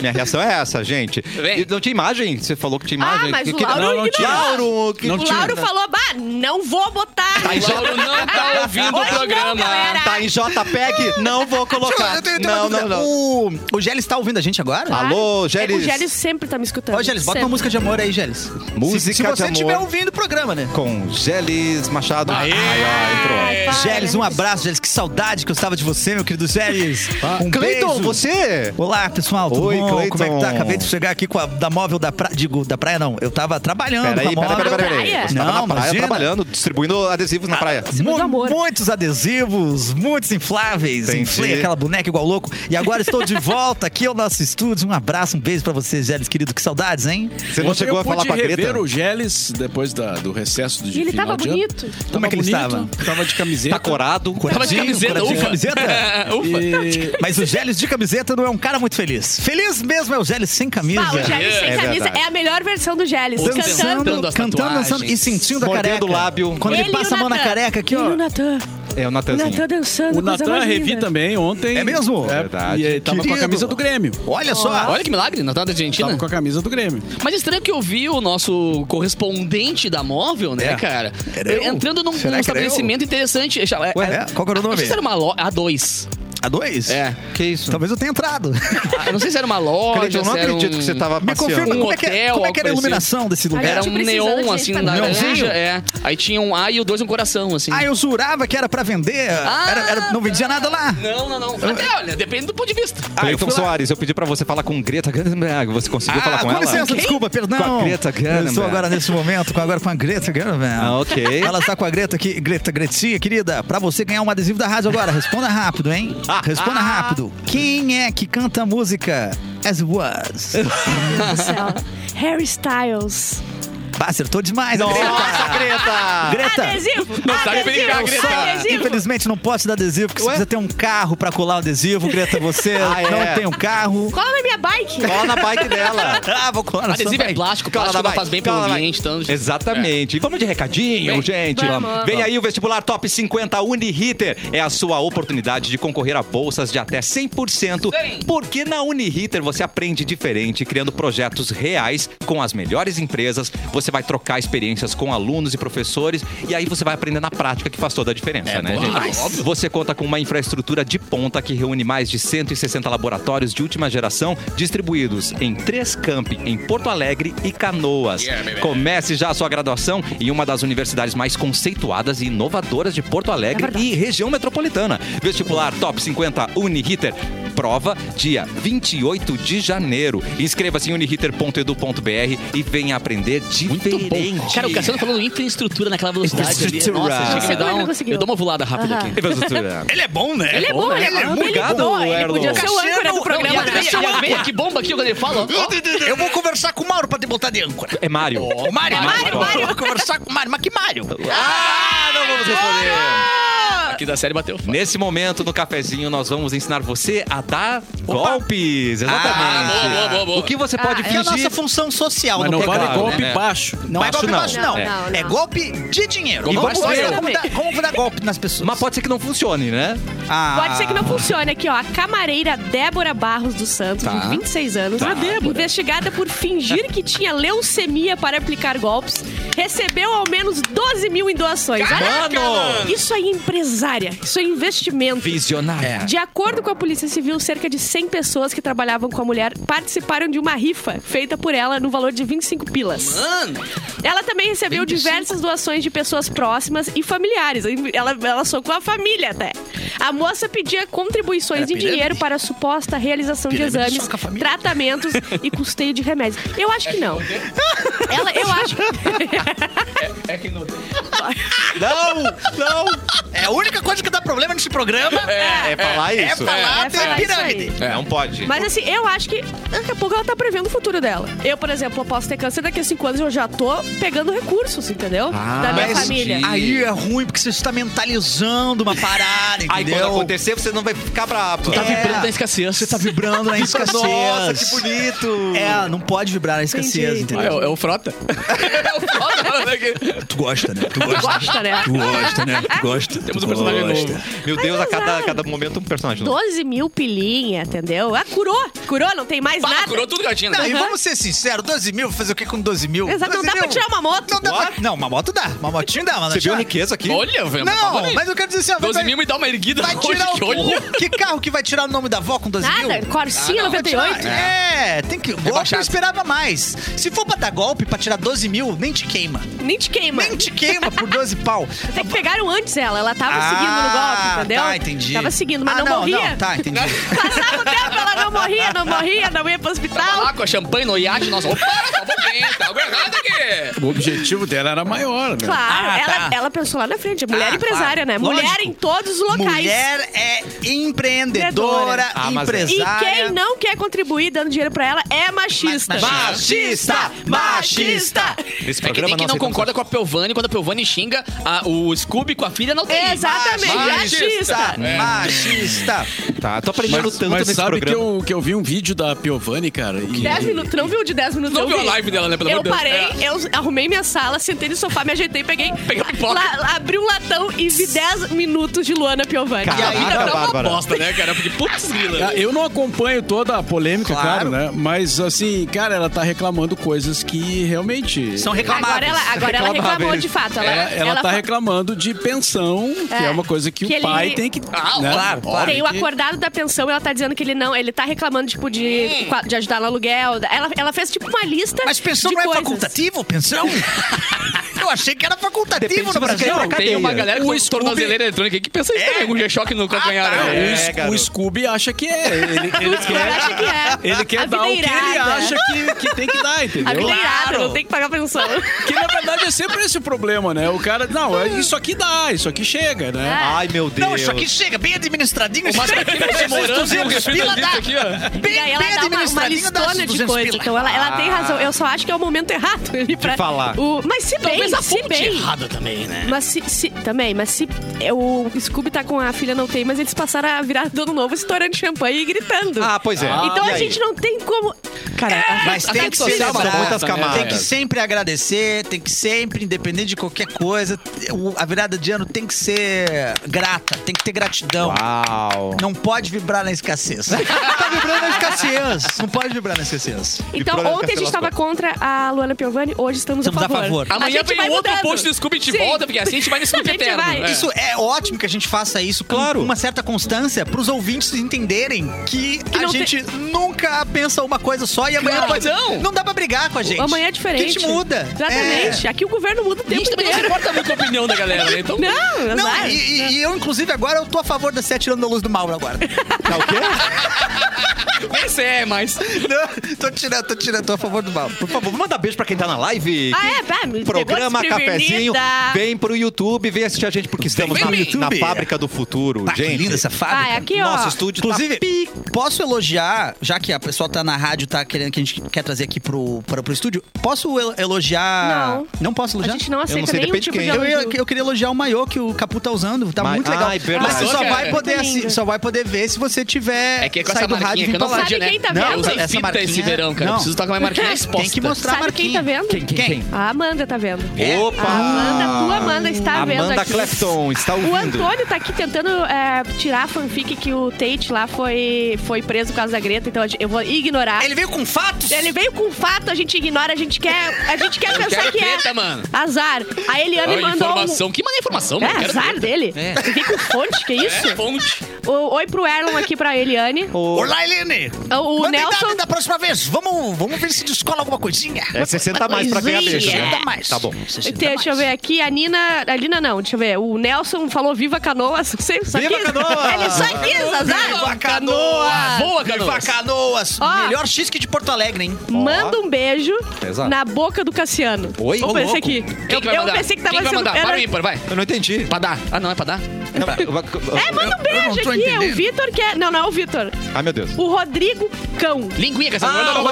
Minha reação é essa, gente. Tá Vem. E Não tinha imagem? Você falou que tinha Ah, imagem? mas Que- o que- Lauro não, não tinha. Lauro, que- Não o tinha. Lauro falou, bah, não vou botar. O Lauro não tá ouvindo o Hoje não, programa. galera. Tá em JPEG, não vou colocar. Eu tenho- eu tenho não, uma não, dúvida. não. O, o Gélis tá ouvindo a gente agora? Ah. Alô, É, Gélis. O Gélis sempre tá me escutando. Ó, Gélis, bota uma Sempre. música de amor aí, Gélis. Música se, se você de estiver amor. ouvindo o programa, né? Com Geles Machado. Aí, ó, entrou. Ai, para, Gélis, né? um abraço, Gélis. Que saudade que eu estava de você, meu querido Gélis. Um Ah. Cleiton, beijo. você? Olá, pessoal, tudo Oi, bom? Cleiton. Como é que tá? Acabei de chegar aqui com a da móvel da praia. Digo, da praia não. Eu tava trabalhando Peraí, com a peraí, móvel. peraí, peraí. Praia? Tá Você tava Não, na praia imagina. Ah, trabalhando, distribuindo adesivos na praia. Muito Mu- é amor. Muitos adesivos, muitos infláveis. Entendi. Inflei aquela boneca igual louco. E agora estou de volta aqui ao nosso estúdio. Um abraço, um beijo pra vocês, Gélis, querido. Que saudades, hein? Você não Ontem chegou eu a falar pude com a rever Greta? o Geles depois da- do recesso do ele final tava de ano. bonito? Tava Como é que ele bonito, Tava de camiseta. Tá corado? Tava de camiseta, coração, ufa. camiseta. ufa. E- Mas o Gélis de camiseta não é um cara muito feliz. Feliz mesmo é o Gélis sem camisa. Bah, o Gélis sem É camisa verdade. é a melhor versão do Gélis. Dançando. Cantando. Cantando as cantando, tatuagens. dançando e sentindo a Mordendo careca. o lábio. Quando ele, Ele e passa o a mão na Natan. careca aqui, E o ó. Natan. É o O Natanzinho. Natan dançando. O coisa Natan mais revi linda. também ontem. É mesmo? Verdade. E ele tava com Querido. a camisa do Grêmio. Olha só. Olha que milagre, Natal da Argentina. Tava com a camisa do Grêmio. Mas estranho que eu vi o nosso correspondente da móvel, né, É. cara? Era eu? Entrando Será num, num que era estabelecimento interessante. Ué, é? Qual que era o nome? Acho que isso era uma loja. A2. A dois? Ah, É. Que isso? Talvez eu tenha entrado. Ah, eu não sei se era uma loja, Cleiton, eu não se era acredito um- que você tava Me confirma Um passeando. como, é que, é- hotel, como é que era a algo iluminação desse lugar. Era A um gente precisa da neon, gente assim, pra laranja. Neonzinho? É. Aí tinha um A e o dois um coração, assim. Ah, eu jurava que era pra vender. Ah, Era- era- não vendia nada lá. Não, não, não. Até, olha, depende do ponto de vista. Cleiton Soares, eu pedi pra você falar com Greta Grunberg. Você conseguiu falar com, Ah, com ela? licença, desculpa, perdão. Com a Greta Garbo. Eu estou agora nesse momento, com- agora com a Greta Garbo. Ah, ok. Ela está com a Greta aqui. Greta, Gretinha, querida, pra você ganhar um adesivo da rádio agora, responda rápido, hein? Responda rápido. Quem é que canta a música As It Was? do céu. assim, Harry Styles. Bah, Ah, acertou demais, a Greta. Greta! Greta. Adesivo! Não sabe adesivo! brincar, Greta. Adesivo! Infelizmente não posso dar adesivo, porque você precisa ter um carro pra colar o adesivo, Greta. Você Ah, é. não tem um carro. Cola na é minha bike! Cola na bike dela. Ah, vou colar na sua Adesivo é bike. plástico, Cala plástico lá, não vai. faz bem pro Cala lá, vai. ambiente, tanto. Exatamente. E Vamos de recadinho, É. Vem. gente. Vamos. Vem aí o vestibular Top 50 Uniriter. É a sua oportunidade de concorrer a bolsas de até 100%, Sim. porque na Uniriter você aprende diferente, criando projetos reais com as melhores empresas. Você vai trocar experiências com alunos e professores e aí você vai aprender na prática que faz toda a diferença, É né, gente? Você conta com uma infraestrutura de ponta que reúne mais de 160 laboratórios de última geração distribuídos em três campi em Porto Alegre e Canoas. Comece já a sua graduação em uma das universidades mais conceituadas e inovadoras de Porto É Alegre e região metropolitana. Vestibular Top 50 Uniriter. Prova dia 28 de janeiro. Inscreva-se em uniriter.edu.br e venha aprender diferente. Cara, o Cassiano falando infraestrutura naquela velocidade ali. Infraestrutura. Nossa, achei que me dá Ele um... conseguiu. Eu dou uma voada rápida Aham. aqui. Infraestrutura. Ele é bom, né? Ele é bom, ele é bom. Ele Obrigado, mudou, ele Erlon. podia ser o âncora do Cassiano, E programa. tá a- e a- e a- que bomba aqui quando ele fala. ó. Eu vou conversar com o Mauro pra te botar de âncora. É Mário. Ô, Mário, Mário, Mário. Eu vou conversar com o Mário, mas que Mário? Ah, não vamos responder. Aqui da série bateu. Nesse momento, no cafezinho, nós vamos ensinar você a dar golpes. Exatamente. Ah, boa, boa, boa, boa. O que você pode Ah, Que é a fingir. nossa função social Mas no não teclado. vale golpe né? baixo. Não é Baixo golpe não. baixo, não. É. Não, não. É golpe de dinheiro. E vamos Vamos ver. ver como dar, como dar golpe nas pessoas. Mas pode ser que não funcione, né? Ah, Pode ser que não funcione. Aqui, ó, a camareira Débora Barros dos Santos, de 26 anos, investigada por fingir que tinha leucemia para aplicar golpes, recebeu ao menos 12 mil em doações. Olha, Mano! isso aí é empresária, isso é investimento. Visionária. De acordo com a Polícia Civil, cerca de 100 pessoas que trabalhavam com a mulher participaram de uma rifa feita por ela no valor de 25 pilas. Mano, Então, Ela também recebeu diversas doações de pessoas próximas e familiares. Ela, ela sou com a família até. A moça pedia contribuições em dinheiro para a suposta realização de exames, tratamentos e custeio de remédios. Eu acho que não. Ela, eu acho. Não! Não! É a única coisa que dá problema nesse programa É, falar é isso. falar É, de falar isso aí. pirâmide. Não pode. Mas assim, eu acho que daqui a pouco ela tá prevendo o futuro dela. Eu, por exemplo, eu posso ter câncer daqui a cinco anos eu já tô pegando recursos, entendeu? da minha Mas família. Aí é ruim, porque você está mentalizando uma parada, Aí quando entendeu? acontecer, você não vai ficar bravo. tá É. vibrando da escassez. Você tá vibrando na escassez. Nossa, que bonito! É, não pode vibrar na escassez, Entendi. Ah, entendeu? é, o- é o Frota. é o Frota falando aqui. Tu gosta, né? Tu gosta. Gosta, né? Tu gosta, né? Tu gosta. Temos tu um personagem gosta. novo. Meu Deus, a cada, a cada momento um personagem. novo. 12 mil pilinha, entendeu? Ah, curou! Curou, não tem mais Pá, nada. curou tudo que eu tinha. né? Não, Tá, e vamos ser sinceros, 12 mil, fazer o que com 12 mil? Exato, não 12 dá pra mil? tirar uma moto. Não, dá pra- não, uma moto dá, uma motinha dá, mas Você viu a não riqueza aqui? Olha, velho. Não, mas eu quero dizer assim, ó, vai- 12 mil me dá uma erguida. vai hoje, tirar que olha. o... Que carro que vai tirar o nome da avó com 12 mil? Nada, Corsinha Ah, Vai tirar- 98. né? É, tem que. Golpe eu baixado. esperava mais. Se for pra dar golpe, pra tirar 12 mil, nem te queima. Nem te queima. Nem te queima por 12 pau. Até que pegaram antes ela, ela tava Ah, seguindo no golpe, entendeu? Tá, entendi. Tava seguindo, mas Ah, não, morria. Não, tá, entendi. Passava o tempo, ela não morria, não morria, não ia pro Tava hospital. Tá Ah, lá com a champanhe no iate. Nossa, opa, tá bem, tá algo errado aqui. O objetivo dela era maior, né? Claro, Ah, ela, tá. ela pensou lá na frente. Mulher Ah, empresária, claro. né? Mulher Lógico. em todos os locais. Mulher é empreendedora, Empreendedora. Ah, mas é. E empresária. quem não quer contribuir dando dinheiro pra ela é machista. Machista! Machista! Nesse É que programa nem tá quem não aceitamos- concorda com a Pelvani, quando a Pelvani xinga a- o Scooby com a filha, não tem. Exatamente, é Machista! machista. É. Machista! Tá, tô aprendendo Mas, tanto mas nesse sabe que programa. eu, que eu vi um vídeo da Piovani, cara. e- 10 minutos, tu não viu o de 10 minutos? Não eu viu a vi. live dela, né? Pelo Eu amor de Deus. parei, eu arrumei minha sala, sentei no sofá, me ajeitei, peguei. Peguei a pipoca. lá- abri um latão e vi 10 minutos de Luana Piovani. então, Caraca, E ainda tá não- Bárbara. Bosta, né, cara? Porque putz, grila. Ah, Eu não acompanho toda a polêmica, Claro. claro, né? Mas assim, cara, ela tá reclamando coisas que realmente. São reclamadas. Agora ela, agora ela Reclamava, reclamou ele- de fato. Ela, É, ela, tá fa- reclamando de pensão, que É, é uma coisa que, que o pai ele- tem que. né? Ah, claro, claro. Tem o que- acordado da pensão, ela tá dizendo que ele não, ele tá reclamando, tipo, de, de ajudar no aluguel. Ela, ela fez, tipo, uma lista. Hum. Mas pensão de não é coisas. facultativo, pensão? Eu achei que era facultativo Depende no se você Brasil. quer ir pra Tem cadeia. uma galera tá com O uma Scooby- tornozeleira eletrônica que pensa isso também. Um G-Shock no calcanhar. Ah, o né? É, Sc- o, garoto. Scooby acha que é. Ele, ele Ela quer, acha que é. ele A quer vida dar o que irada. ele acha que, que tem que dar, A vida entendeu? é irada, não tem que pagar pensão. Que na verdade é sempre esse o problema, né? O cara, não, é- isso aqui dá, isso aqui chega, né? Ai, meu Deus. Não, isso aqui chega bem administradinho. Mas pra quem tá demorando, eu 200 refiro pila dá. aqui, ó. Bem, E aí ela bem dá uma, uma administradinho dá listona esses de 200 coisa. pila. Então ela, ela tem razão. Eu só acho que é o momento errado pra falar. O, mas se bem, Talvez a se fonte bem. errada também, né? Mas se, se- Também, mas se. é, O Scooby tá com a filha não tem, mas eles passaram a virar do ano novo estourando champanhe e gritando. Ah, pois é. então E a aí? gente não tem como. Cara, mas a tem rede que se social são lembrar, muitas Tem que camadas. sempre agradecer, tem que sempre, independente de qualquer coisa, o- a virada de ano tem que ser grata, tem que ter gratidão. Uau. Não pode vibrar na escassez. tá vibrando na escassez. Não pode vibrar na escassez. Então, é problema ontem a gente cancelar tava as contra a Luana Piovani, hoje estamos, Estamos a favor. A Amanhã gente vem vai outro mudando. post do Scooby de Sim. volta, porque assim a gente vai no Scooby A gente eterno. vai. É. Isso é ótimo que a gente faça isso com Claro. uma certa constância para os ouvintes entenderem que, a não gente nunca pensa uma coisa só e amanhã Claro, pode... não. não dá para brigar com a gente. Amanhã é diferente. A gente muda. É. Exatamente. Aqui o governo muda o E É. a tempo gente também não se inteiro. importa muito com a opinião da galera, né? Então, Não, É. Não, vai. e, e- e eu, inclusive, agora eu tô a favor da Sete atirando na luz do mal agora. Tá o quê? esse é, mas... Não, tô tirando, tô tirando, tô a favor do mal. Por favor, manda beijo pra quem tá na live. Ah, é, vai, me Programa pegou Cafezinho. desprevenida. Vem pro YouTube, vem assistir a gente, porque estamos pro na, na YouTube. fábrica do futuro, Tá, que gente. linda essa fábrica. Vai, aqui, ó. Nosso estúdio Inclusive, tá pi- posso elogiar, já que a pessoa tá na rádio, tá querendo que a gente quer trazer aqui pro, pro, pro estúdio, posso el- elogiar... Não. posso A elogiar? gente não sei, aceita nenhum depende tipo de de quem. Eu, ia- elogio. eu queria elogiar o maiô que o Capu tá usando, tá Mas- muito legal. Ai, verdade. Mas você só Olha, vai é muito poder Tá lindo. assi- só vai poder ver se você tiver É que é com sair essa do rádio marquinha e que vir eu não pra lá. sabia, Sabe né? quem tá não, vendo? usei Essa fita marquinha- esse verão, cara. Não. Preciso tocar uma marquinha exposta. Tem que mostrar a Sabe quem marquinha. tá vendo? Quem, quem, A Amanda tá vendo. É. Opa! A Amanda, tua Amanda está vendo Amanda aqui. Clapton está O ouvindo. Antônio tá aqui tentando é, tirar a fanfic que o Tate lá foi, foi preso por causa da Greta, então a gente- eu vou ignorar. Ele veio com fatos? Ele veio com fato, a gente ignora, a gente quer, a gente quer pensar quero que é treta, mano. azar. A Eliane Olha, mandou um... informação. Que manda informação, É mano? Quero azar ver. dele. Ele Vem com fonte, que isso? É, fonte. O- oi pro Erlon aqui, pra Eliane. Olá, Helene! O, o Manda Nelson... idade da próxima vez. Vamos, vamos ver se descola alguma coisinha. É 60 a mais pra ganhar Coisinha. beijo, né? 60 a mais. Tá bom. Tem- Deixa eu ver aqui, a Nina. A Nina não, deixa eu ver. O Nelson falou Viva Canoas. Sempre só Viva quis. Canoas! Ele só Viva quis, azar. Canoa! Boa, Viva Canoas. Canoas! Ó. Melhor xisque de Porto Alegre, hein? Manda um beijo Pesado. na boca do Cassiano. Oi? eu Ô, pensei louco. aqui. Quem Eu, que vai eu mandar? pensei que tava Quem que vai sendo. mandar? era- Para o ímpar, vai. Eu não entendi. Pra dar. Ah, não, é pra dar? É, manda um beijo tô aqui. É o entendendo. Vitor que é. Não, não é o Vitor. Ai, meu Deus. O Rodrigo Cão. Linguinha, que essa Ah, o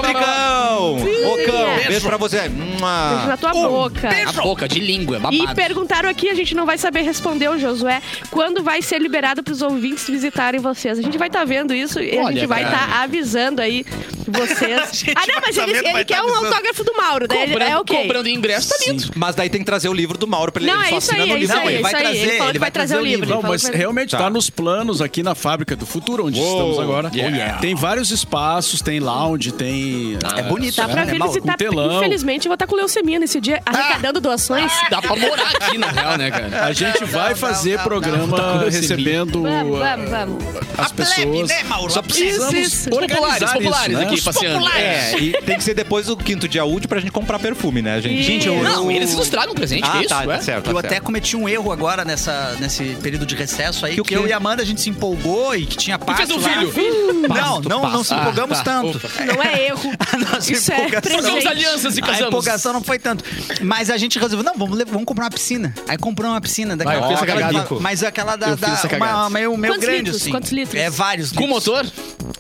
Rodrigão! Ô, Cão, beijo pra você. Beijo na Mua. tua boca. A boca, de língua, é E babado. perguntaram aqui, a gente não vai saber responder o Josué, quando vai ser liberado para os ouvintes visitarem vocês. A gente vai estar vendo isso e a Olha, gente vai cara. estar avisando aí vocês. gente ah, não, vai mas tá ele, vendo, ele vai quer tá um avisando. autógrafo do Mauro, né? Ele, é Cobrando, o quê? cobrando ingresso, tá lindo. Mas daí tem que trazer o livro do Mauro pra ele. Não, ele é só isso assina aí, no é isso livro. assim, Não, aí, ele é isso vai aí. trazer, Ele falou que vai ele vai trazer o trazer o livro. livro. Não, ele falou mas que vai- realmente Tá. está nos planos aqui na fábrica do futuro, onde Uou, estamos agora. yeah. Tem vários espaços, tem lounge, tem. É bonito, Dá né? pra É vir mal- Ah. visitar. com telão. Infelizmente, eu vou estar com leucemia nesse dia, arrecadando doações. Dá pra morar aqui, na real, né, cara? A gente vai fazer programa recebendo Vamos, ah, vamos, vamos. as Plebe, pessoas. né, Mauro? Só precisamos isso. populares, organizar populares isso, né? aqui, Os passeando. É, e tem que ser depois do quinto dia útil pra gente comprar perfume, né, gente? Gente, eu- É. Não, eles nos tragam presente, Ah, que isso, tá, é? tá certo. Eu tá até certo. cometi um erro agora nessa, nesse período de recesso aí, Que que, o quê? eu e a Amanda a gente se empolgou e que tinha passo fez um lá. filho. Não, Pasto, não, não se pasto. empolgamos Ah, tá. tanto. Não é erro. A nossa Isso é empolgação. Trocamos presente. alianças e A casamos. empolgação não foi tanto. Mas a gente resolveu, não, vamos, levar- vamos comprar uma piscina. Aí compramos uma piscina daquela. Vai, eu fiz essa aquela- cagada. mas aquela da. Eu fiz da- essa uma, cagada. uma meio, meio Quantos grande, litros? assim. Quantos litros? É vários. Com litros. motor?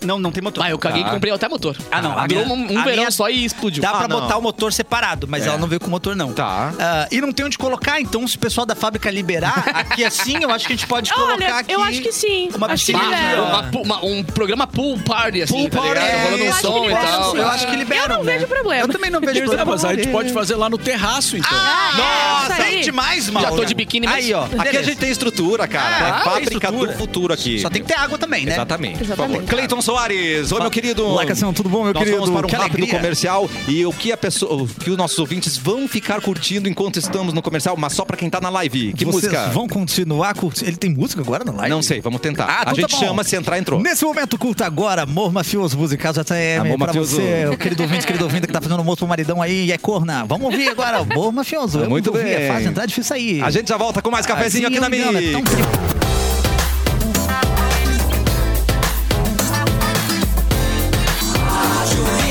Não, não tem motor. Vai, eu caguei e Tá. comprei até motor. Ah, não, a Durou minha- um, um a verão minha- só e explodiu. Tá, Dá pra Ah, não. botar o motor separado, mas ela não veio com o motor, não. Tá. Ah, e não tem onde colocar, então se o pessoal da fábrica liberar, aqui assim, eu acho que a gente pode colocar Olha, aqui. eu acho que sim. né? uma acho que piscina. libera. Uma- uma- uma- um programa pool party, assim, Pool tá party, ligado? é, Rolando um eu acho som que e libera, tal. sim. Eu acho que libera. Eu não né? vejo problema. Eu também não vejo problema. mas a gente pode fazer lá no terraço, então. Ah, é, Nossa, isso aí. bom demais, Mauro. Já tô de biquíni, mas- Aí, ó. Aqui a gente tem estrutura, cara. é Ah, a fábrica estrutura. do futuro aqui. Só tem que ter água também, né? Exatamente. Por favor. Exatamente. Cleiton Soares, oi meu querido. Lacação, tudo bom, meu Nós querido? vamos para um Que rápido alegria. comercial e o que a pessoa, o que os nossos ouvintes vão ficar curtindo enquanto estamos no comercial, mas só pra quem tá na live. Que Vocês música? vão continuar curtindo. Ele tem música agora na live? Não sei, vamos tentar. Ah, então a tá gente bom. chama se entrar entrou. Nesse momento, curta agora, Amor Mafioso Musical JM. Amor é pra Mafioso. você, o querido ouvinte, querido ouvinte que tá fazendo almoço pro maridão aí e é corna. Vamos ouvir agora, Amor Mafioso. Eu Muito ouvia, bem. Faz entrar, é difícil aí. A gente já volta com mais Ah, cafezinho aqui na é Mix.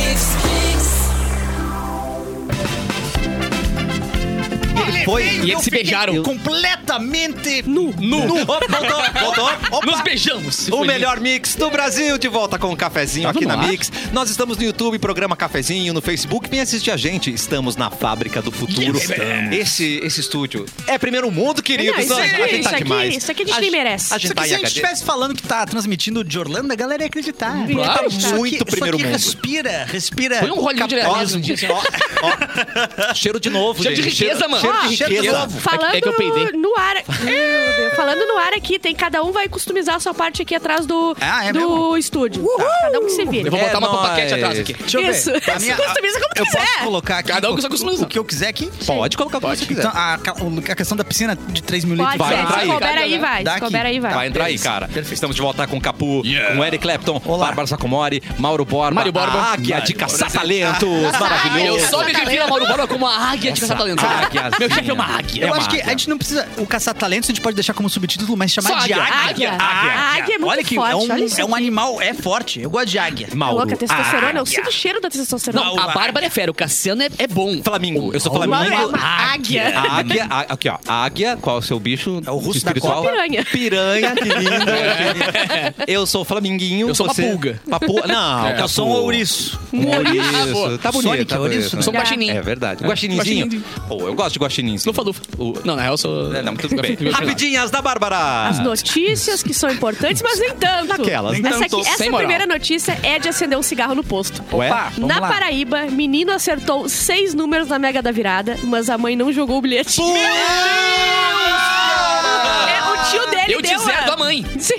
É Foi. E eles se beijaram. Completamente Nu, nu. Nu. Opa, voltou, voltou. Opa. Nos beijamos. O Foi melhor mix do Brasil, de volta com o cafezinho Tava aqui no na ar? Mix. Nós estamos no YouTube, programa Cafezinho, no Facebook. Vem assistir a gente. Estamos na Fábrica do Futuro. Yes, estamos. Esse, esse estúdio é primeiro mundo, querido. Não, isso Nós- aqui- é a gente isso tá aqui- demais. isso aqui a gente nem merece. A Só gente que tá se em a gente HD. estivesse falando que tá transmitindo de Orlando, a galera ia acreditar. Claro. Só que- Muito só que primeiro mundo. respira, respira. Foi um Hollywood Capitalismo. realismo. Ó, ó, cheiro de assim, novo, Cheiro de gente. riqueza, mano. Cheiro de Ah, cheiro de riqueza. novo. É Falando que- é que eu peidei. no ar. Meu Deus, Falando no ar aqui, tem cada um vai customizar a sua parte aqui atrás do, Ah, é do estúdio. Cada um que se Eu vira. vou É botar uma nóis. paquete atrás É, aqui. Deixa eu ver. Isso. A minha- Customiza como eu quiser. posso colocar aqui Cada um com sua o customização. que eu quiser aqui? Pode colocar o que você quiser. Então, a, a questão da piscina de 3 mil Pode litros. ser. Vai entrar aí. Se couber aí, vai. Dá Se aqui. couber aí, Vai vai. entrar aí, cara. Estamos de volta com o Capu, com Eric Clapton, Olá. Bárbara Sacomori, Mauro Borba, Ah, Mário Borba. a Águia de Caçatalentos, Ah, Eu maravilhoso. só me refiro a Mauro Borba como uma águia de caça-talentos. águiazinha. Meu chefe é uma águia. Eu É acho uma que águia. a gente não precisa. O caça-talentos a gente pode deixar como subtítulo, mas chamar Só de águia. águia. Águia. A águia é muito Ah, olha que forte. é um, olha isso é um aqui. animal, Ah, é forte. Eu gosto de águia. Tá Mauro, Ah, louca, testosterona. a Eu sinto o cheiro da testosterona. ah, Não, a Bárbara é fera, o Cassiano é, é bom. Flamingo. Eu sou Mauro Flamingo. é uma A águia, a- aqui ó, a águia, qual é o seu bicho? É o russo da espiritual? Copa. Piranha. Piranha, que linda. Eu sou flaminguinho. Eu sou uma você- pulga. Uma pulga. Não, Eu sou um Capu. ouriço. Um ouriço. Acabou. Tá bonito. Sonic é tá bonito, ouriço, Eu sou um Dá. guaxinim. É verdade. Guaxininzinho. Pô, eu gosto de guaxininzinho. Lufa, lufa. Não, na real eu sou... É, não, tudo bem. Eu- Rapidinhas da Bárbara. As notícias que são importantes, mas nem tanto. Naquelas, nem essa, tanto. aqui- essa né? Sem moral. primeira notícia é de acender um cigarro no posto. Ué? na Paraíba, menino acertou seis números na Mega da Virada, mas a mãe não jogou o bilhete. É, o tio dele Eu te deu zero a... da mãe. Tá Sim.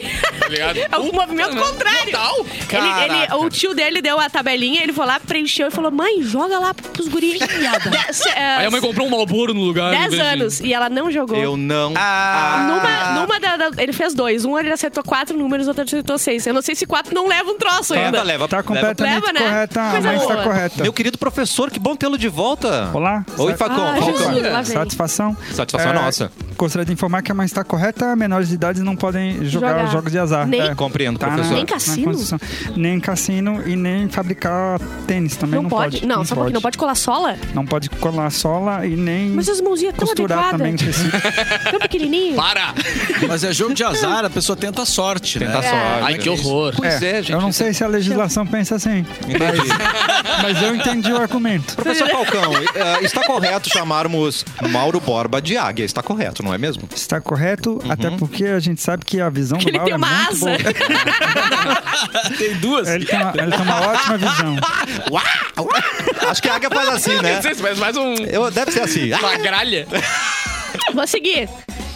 ligado? né? É um movimento contrário. Total. Ele, ele- Caraca. o tio dele deu a tabelinha, ele foi lá, preencheu e falou: mãe, joga lá pros guris. Dez- é, Aí a mãe comprou um malboro no lugar. em Dez vez de- anos. E ela não jogou. Eu não. Ah, Numa, numa da, da- ele fez dois. Um ele acertou quatro números, outro acertou seis. Eu não sei se quatro não leva um troço Leva, ainda. leva. Tá leva. completamente Leva, né? correta, a Coisa mãe tá está boa. correta. Meu querido professor, que bom tê-lo de volta. Olá. É. Oi, Sa- Facon. Ah, Facon. Jesus, lá vem. Satisfação. É, Satisfação é nossa. Gostaria de informar que a mãe está correta, menores de idade não podem jogar, Jogar. jogos de azar. Nem- É. Compreendo, Tá na- professor. Nem cassino? na Constituição. nem cassino e nem fabricar tênis também Não, não, pode. Não, só um pouquinho. Não pode. pode colar sola? Não pode colar sola e nem Mas as mãozinhas tão costurar também. adequadas. tecido. Tão pequenininho. Para! Mas é jogo de azar, a pessoa tenta a sorte, né? É. Tá só. Ai, que horror. Pois é, gente. eu não sei se a legislação pensa assim, Entendi. mas eu entendi o argumento. Professor Falcão, eh, está correto chamarmos Mauro Borba de águia. Está correto, não é mesmo? Está correto, Uhum. até porque a gente sabe que a visão do Que ele Mauro tem uma é muito asa. boa. Tem duas. Ele tem uma, ele tem uma ótima visão. Acho que a águia faz assim, né? é Mas mais um... Eu, deve ser assim. Tá Uma gralha. Vou seguir.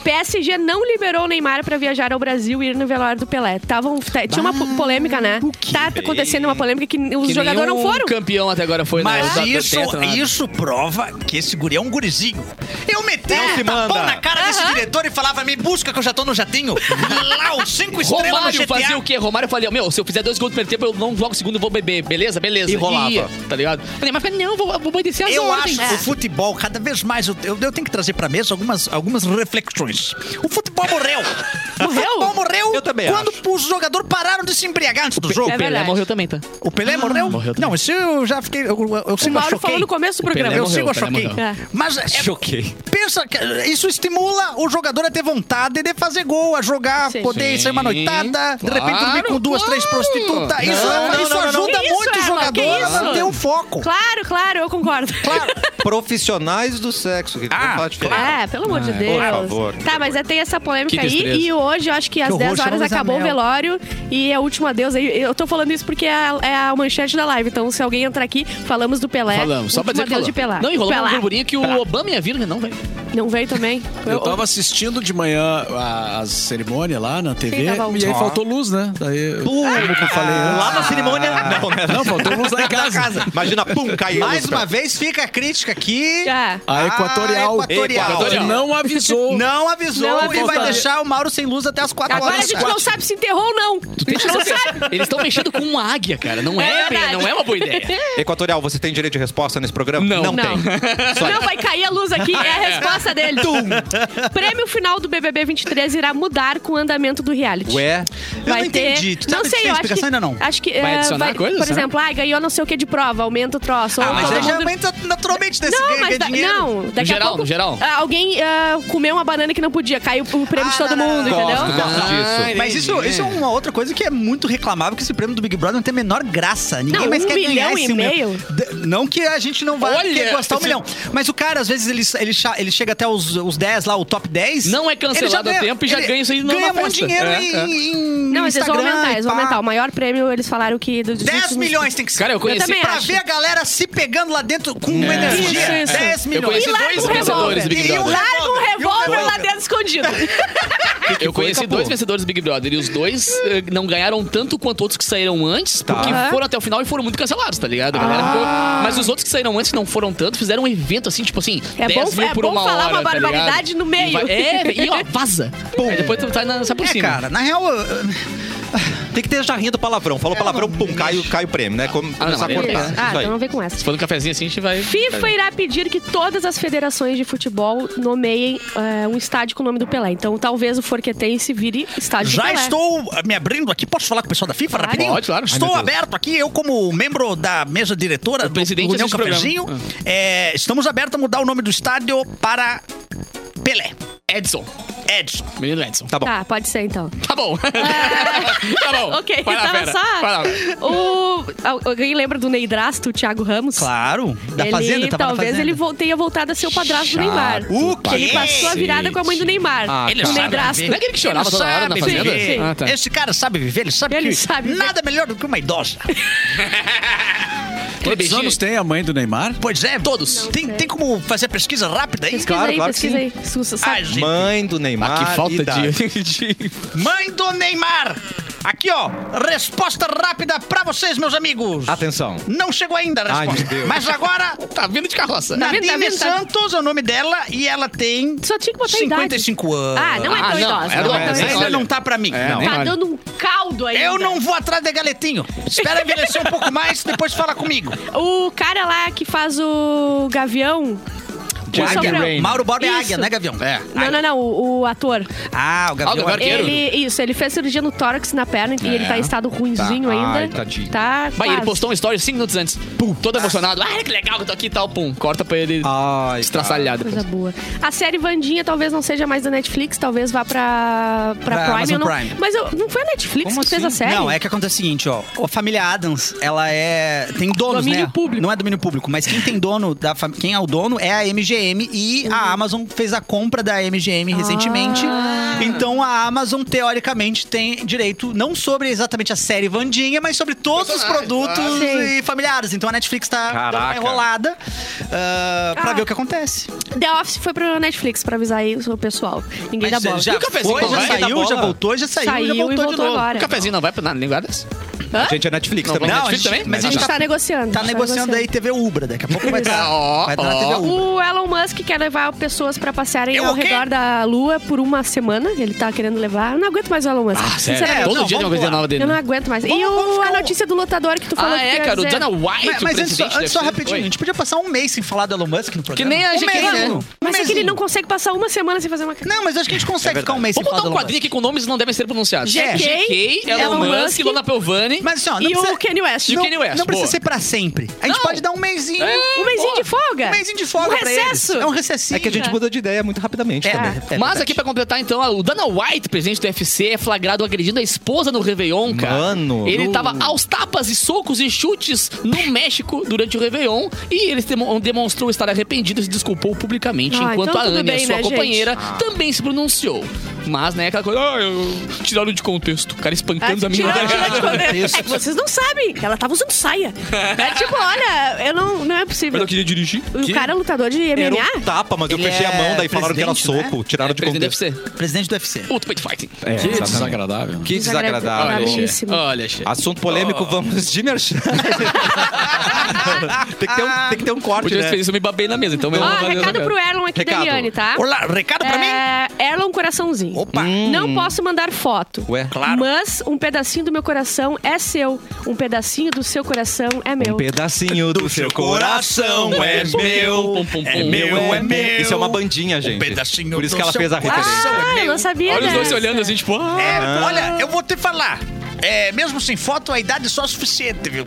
PSG não liberou o Neymar pra viajar ao Brasil e ir no velório do Pelé. Tavam, tá- tinha uma po- polêmica, né? Tá acontecendo uma polêmica que os Que jogadores não nenhum foram. campeão até agora foi na- Mas da- da isso, tetra, é né? isso prova que esse guri é um gurizinho. Eu É, meti tá Não se um tapão manda. na cara desse diretor e falava, me busca que eu já tô no jatinho. Lá, os cinco estrelas no Romário GTA. fazia o quê? Romário falou, meu, se eu fizer dois gols no primeiro tempo, eu não jogo o segundo, eu vou beber. Beleza? Beleza. E rolava. Ia, tá ligado? Falei, mas não, vou, vou obedecer as Eu ordens. acho o futebol cada vez mais. Eu, eu- eu tenho que trazer pra mesa algumas, algumas reflexões. O futebol morreu. Morreu? O futebol morreu Eu também quando os jogadores pararam de se embriagar antes do jogo. É Pelé verdade. morreu também, tá? O Pelé morreu? morreu também. Não, isso eu já fiquei. Eu, eu, eu O sigo a Mauro choquei. falou no começo do programa. Pelé eu morreu, sigo a Pelé choquei. morreu. É. Mas é, Choquei. pensa que eh, isso estimula o jogador a ter vontade de fazer gol, a jogar, Sim. poder sair uma noitada, de repente dormir Claro, com duas, claro. três prostitutas. Isso, Não, não, isso não, não, não. ajuda Que isso, é. muito o Erlon? Que jogador a isso? manter o foco. Claro, claro, eu concordo. Claro. profissionais do sexo. Que Ah, ah, fala diferente. É, pelo amor de Deus. favor. Tá, mas é, tem essa polêmica Que aí. tristeza. E hoje, eu acho que às horror, 10 horas chama Luísa acabou o Mel. velório. E é o último adeus aí. Eu tô falando isso porque é a, é a manchete da live. Então, se alguém entrar aqui, falamos do Pelé. Falamos, só pra dizer que Último adeus de falamos. Pelé. Não, enrolou Pelé. um burburinho que o Obama ia vir, né? Não, velho. Não veio também? Eu tava assistindo de manhã a, a cerimônia lá na TV Sim, tava e aí um- faltou luz, né? Daí, Pum, como eu falei. Lá na cerimônia. Não, né? não, faltou luz lá em casa. Imagina, pum, caiu. Mais no uma chão. vez fica a crítica aqui. Já. A Equatorial, Ah, Equatorial. que não avisou. Não avisou Não e avisou. vai deixar o Mauro sem luz até as 4 Agora a horas. gente não sabe se enterrou ou não. Tu Deixa eu não ver. sabe. Eles estão mexendo com uma águia, cara. Não É é, verdade. não é uma boa ideia. Equatorial, você tem direito de resposta nesse programa? tem. Não. Não. Não, vai cair a luz aqui. É a resposta dele. Prêmio final do BBB 23 irá mudar com o andamento do reality. Ué, vai É. não ter... entendi. Tu não sabe sei, se tem eu acho explicação que, ainda não? Acho que, Vai eh, adicionar coisa, Por será? exemplo, ah, ganhou não sei o que de prova, aumenta o troço. ou né? Ah, Mas todo aí já mundo- aumenta naturalmente desse Não, game, mas é da- dinheiro. não, daqui geral, a pouco, no geral. ah, alguém ah, comeu uma banana que não podia, caiu o prêmio de Ah, todo não, não, mundo, não. entendeu? gosto, gosto disso. Mas isso, isso é um. uma outra coisa que é muito reclamável, que esse prêmio do Big Brother não tem a menor graça. Ninguém Não, mais um quer ganhar milhão esse e um meio? milhão. D- Não que a gente não vai Olha, querer gostar um esse- milhão. Mas o cara, às vezes, ele, ele, cha- ele chega até os, os 10 lá, o top 10. Não é cancelado ele já a ganha- tempo e já ele ganha isso aí na- Ganha na muito festa. dinheiro É, em, é. em Não, mas eles vão Instagram aumentar, e eles vão pá. aumentar. O maior prêmio, eles falaram que... Dos 10 últimos- milhões tem que ser. Cara, eu conheci. também pra acho. ver a galera se pegando lá dentro com uma energia. Isso, isso. 10 Eu milhões. conheci E larga dois o revólver. vencedores do Big E o Brother. Larga um revólver lá dentro escondido. Eu conheci Acabou. dois vencedores do Big Brother e os dois eh, não ganharam tanto quanto outros que saíram antes, Tá. porque Aham. Ah. foram até o final e foram muito cancelados, tá ligado? A galera ficou- Mas os outros que saíram antes que não foram tanto, fizeram um evento assim, tipo assim, É 10 bom- mil é por bom uma falar hora, uma tá ligado? barbaridade no E meio. vai- É, e ó, vaza. Aí depois tu tá na, sai por É, cima. cara, na real, eu- eu- tem que ter já rindo palavrão. Falou palavrão, pum, cai, o- cai o prêmio, né? Como, Ah, não, começar a mas cortar. beleza. Ah, Isso aí. então não vem com essa. Se for no cafezinho assim, a gente vai... FIFA irá pedir que todas as federações de futebol nomeiem eh, um estádio com o nome do Pelé. Então, talvez o Forquetense vire estádio do já Pelé. estou me abrindo aqui. Posso falar com o pessoal da FIFA Claro. rapidinho? Pode, claro. Ai, Estou meu Deus. aberto aqui, eu como membro da mesa diretora do, presidente do União assiste o programa. Ah. Cafezinho. é, estamos abertos a mudar o nome do estádio para Pelé. Edson. Edson. Menino Edson. Tá bom. Tá, pode ser então. Tá bom. tá bom. ok, Vai lá, tava Vera. só. Vai lá. O... Al- Alguém lembra do Neidrasto, o Thiago Ramos? Claro. Da ele, Fazenda, tava talvez na Fazenda. ele vo- tenha voltado a ser o padrasto do Neymar. O quê? Ele passou a virada com a mãe do Neymar. Ah, ele cara. o Neidrasto. Não é aquele que chorava toda hora na Sabe fazenda? viver. Ah, tá. Esse cara sabe viver, ele sabe Ele que sabe viver. nada melhor do que uma idosa. Aquele Quantos beijinho. Um anos tem a mãe do Neymar? Pois é. Todos. Tem, tem como fazer pesquisa rápida aí? Pesquisa Claro, aí, claro que pesquisa sim. aí. Sussa, Ah, sabe? gente. Mãe do Neymar. Ah, que falta idade. de... de- Mãe do Neymar! Aqui, ó, resposta rápida pra vocês, meus amigos. Atenção. Não chegou ainda a Ai, resposta. meu Deus. Mas agora, Tá vindo de carroça. Tá vendo, Nadine tá vendo, tá vendo? Santos é o nome dela e ela tem Só tinha que botar a idade. 55 anos. Ah, não é tão Ah, não, idosa. é não é adolescente. tão né? Ainda idosa. olha. não tá pra mim. É, Não. nem Tá olha. dando um caldo aí. Eu não vou atrás de galetinho. Espera envelhecer um pouco mais, depois fala comigo. O cara lá que faz o Gavião. Qual Jack é o and sobrenome? Rain. Mauro Borba é Isso. águia, né, Gavião? É. Não, não, não, o, o ator. Ah, o Ah, o Gavião. Gavião Arqueiro. Ele, isso, ele fez cirurgia no tórax na perna e É. ele tá em estado ruinzinho Tá. ainda. Ai, tadinho. Tá. Vai, quase. ele postou um story cinco minutos antes. Pum, todo emocionado. Ah, que legal que eu tô aqui e tal. Pum, corta pra ele Ai, estraçalhado. Coisa boa. A série Vandinha talvez não seja mais da Netflix, talvez vá pra, pra Pra Prime. Amazon eu não- Prime. Mas eu- não foi a Netflix que fez a série? Não, é que acontece o seguinte, ó. A família Adams, ela é. Tem donos, Domínio né? público. Não é domínio público, mas quem tem dono da fam... Quem é o dono é a MGM e a Uhum. Amazon fez a compra da MGM recentemente. Ah. Então a Amazon, teoricamente, tem direito não sobre exatamente a série Vandinha, mas sobre todos os produtos Sim. e familiares. Então a Netflix tá dando uma Caraca. enrolada ah, pra Ah. ver o que acontece. The Office foi pra Netflix, pra avisar aí o pessoal. Ninguém dá Mas bola. já Nunca fez foi, isso, já né? saiu, Ninguém dá já bola. voltou, já saiu, Saiu já e voltou, de voltou novo. agora. O cafezinho não vai pra nada, nem guarda isso. A gente é Netflix Não, também. vamos Não, Não, a Netflix gente- também? mas a A gente gente tá- tá negociando. Tá a gente negociando aí TV Ubra, daqui a pouco vai estar Ó, vai tá na ó. TV Ubra. O Elon Musk quer levar pessoas pra passearem Eu ao o quê? redor da Lua por uma semana. Ele tá querendo levar. Eu não aguento mais o Elon Musk. Ah, sério? Sinceramente. Todo não, dia tem uma vamos coisa lá. nova dele. Eu É, não né? aguento mais. e Vamos- vamos o, a ficar um- notícia do lotador que tu falou Ah, que tu é, ia cara. O dizer. Dana White, Mas, mas antes, só- presidente antes só da- rapidinho, a Oi. gente podia passar um mês sem falar do Elon Musk no programa. Que nem a um GQ, mês, né? Um Mas é que mêsinho. ele não consegue passar uma semana sem fazer uma... Não, mas acho que a gente consegue ficar um mês sem Vamos falar botar do um Elon quadrinho aqui com nomes que não devem ser pronunciados. GK, GK, Elon, Elon Musk, Musk, Lona Pelvani Mas assim, ó, não e precisa... o Kanye West. E um o não, Kanye West, não é. precisa boa. ser pra sempre. A gente Não. É. pode dar um mêsinho. Um mêsinho de folga. Um mêsinho de folga Um pra eles. recesso. É um recessinho. É que a gente muda de ideia muito rapidamente É, também. é Mas verdade. aqui pra completar, então, o Dana White, presidente do UFC, é flagrado agredindo a esposa no Réveillon, cara. Mano, Ele no- tava aos tapas e socos e chutes no México durante o Réveillon e ele demo- demonstrou estar arrependido e se desculpou publicamente, Ah, enquanto então a tudo Anne, a bem, sua né, companheira, também se pronunciou. Mas, né, aquela coisa, ah, eu- tiraram de contexto, o cara Ah, espancando tira, a minha tira de contexto. É que vocês não sabem. Ela tava usando saia. É tipo, olha, eu não, não é possível. Mas eu queria dirigir. O cara é lutador de Era um MMA? tapa, mas eu Ele fechei a mão, daí é falaram que era presidente, É soco, tiraram de é, Presidente contexto. UFC. Presidente do UFC. Ultimate Fighting. É, Que Tá exatamente. desagradável. Que desagradável. Olha, Belíssimo. né? olha, Ah, chefe. Assunto polêmico, Oh. vamos de merchan. tem, que ter um, tem que ter um corte, é. Última vez que né? fez isso, eu me babei na mesa, então... eu não Ó, vou fazer Ah, recado agora. pro Erlon aqui Recado. da Eliane, tá? Olá, recado pra mim? É, Erlon Coraçãozinho. Opa. Não posso mandar foto. Ué, Mas um pedacinho do meu coração é seu. Um pedacinho do seu coração é meu. um pedacinho do seu coração é meu. Pum, pum, pum. É meu, é meu. Isso é uma bandinha, gente. pedacinho Por isso do que ela seu fez a referência. ah, eu não sabia Olha os dois dessa. se olhando assim, tipo... Ah. É, olha, eu vou te falar. É, mesmo sem foto, a idade só é suficiente, viu?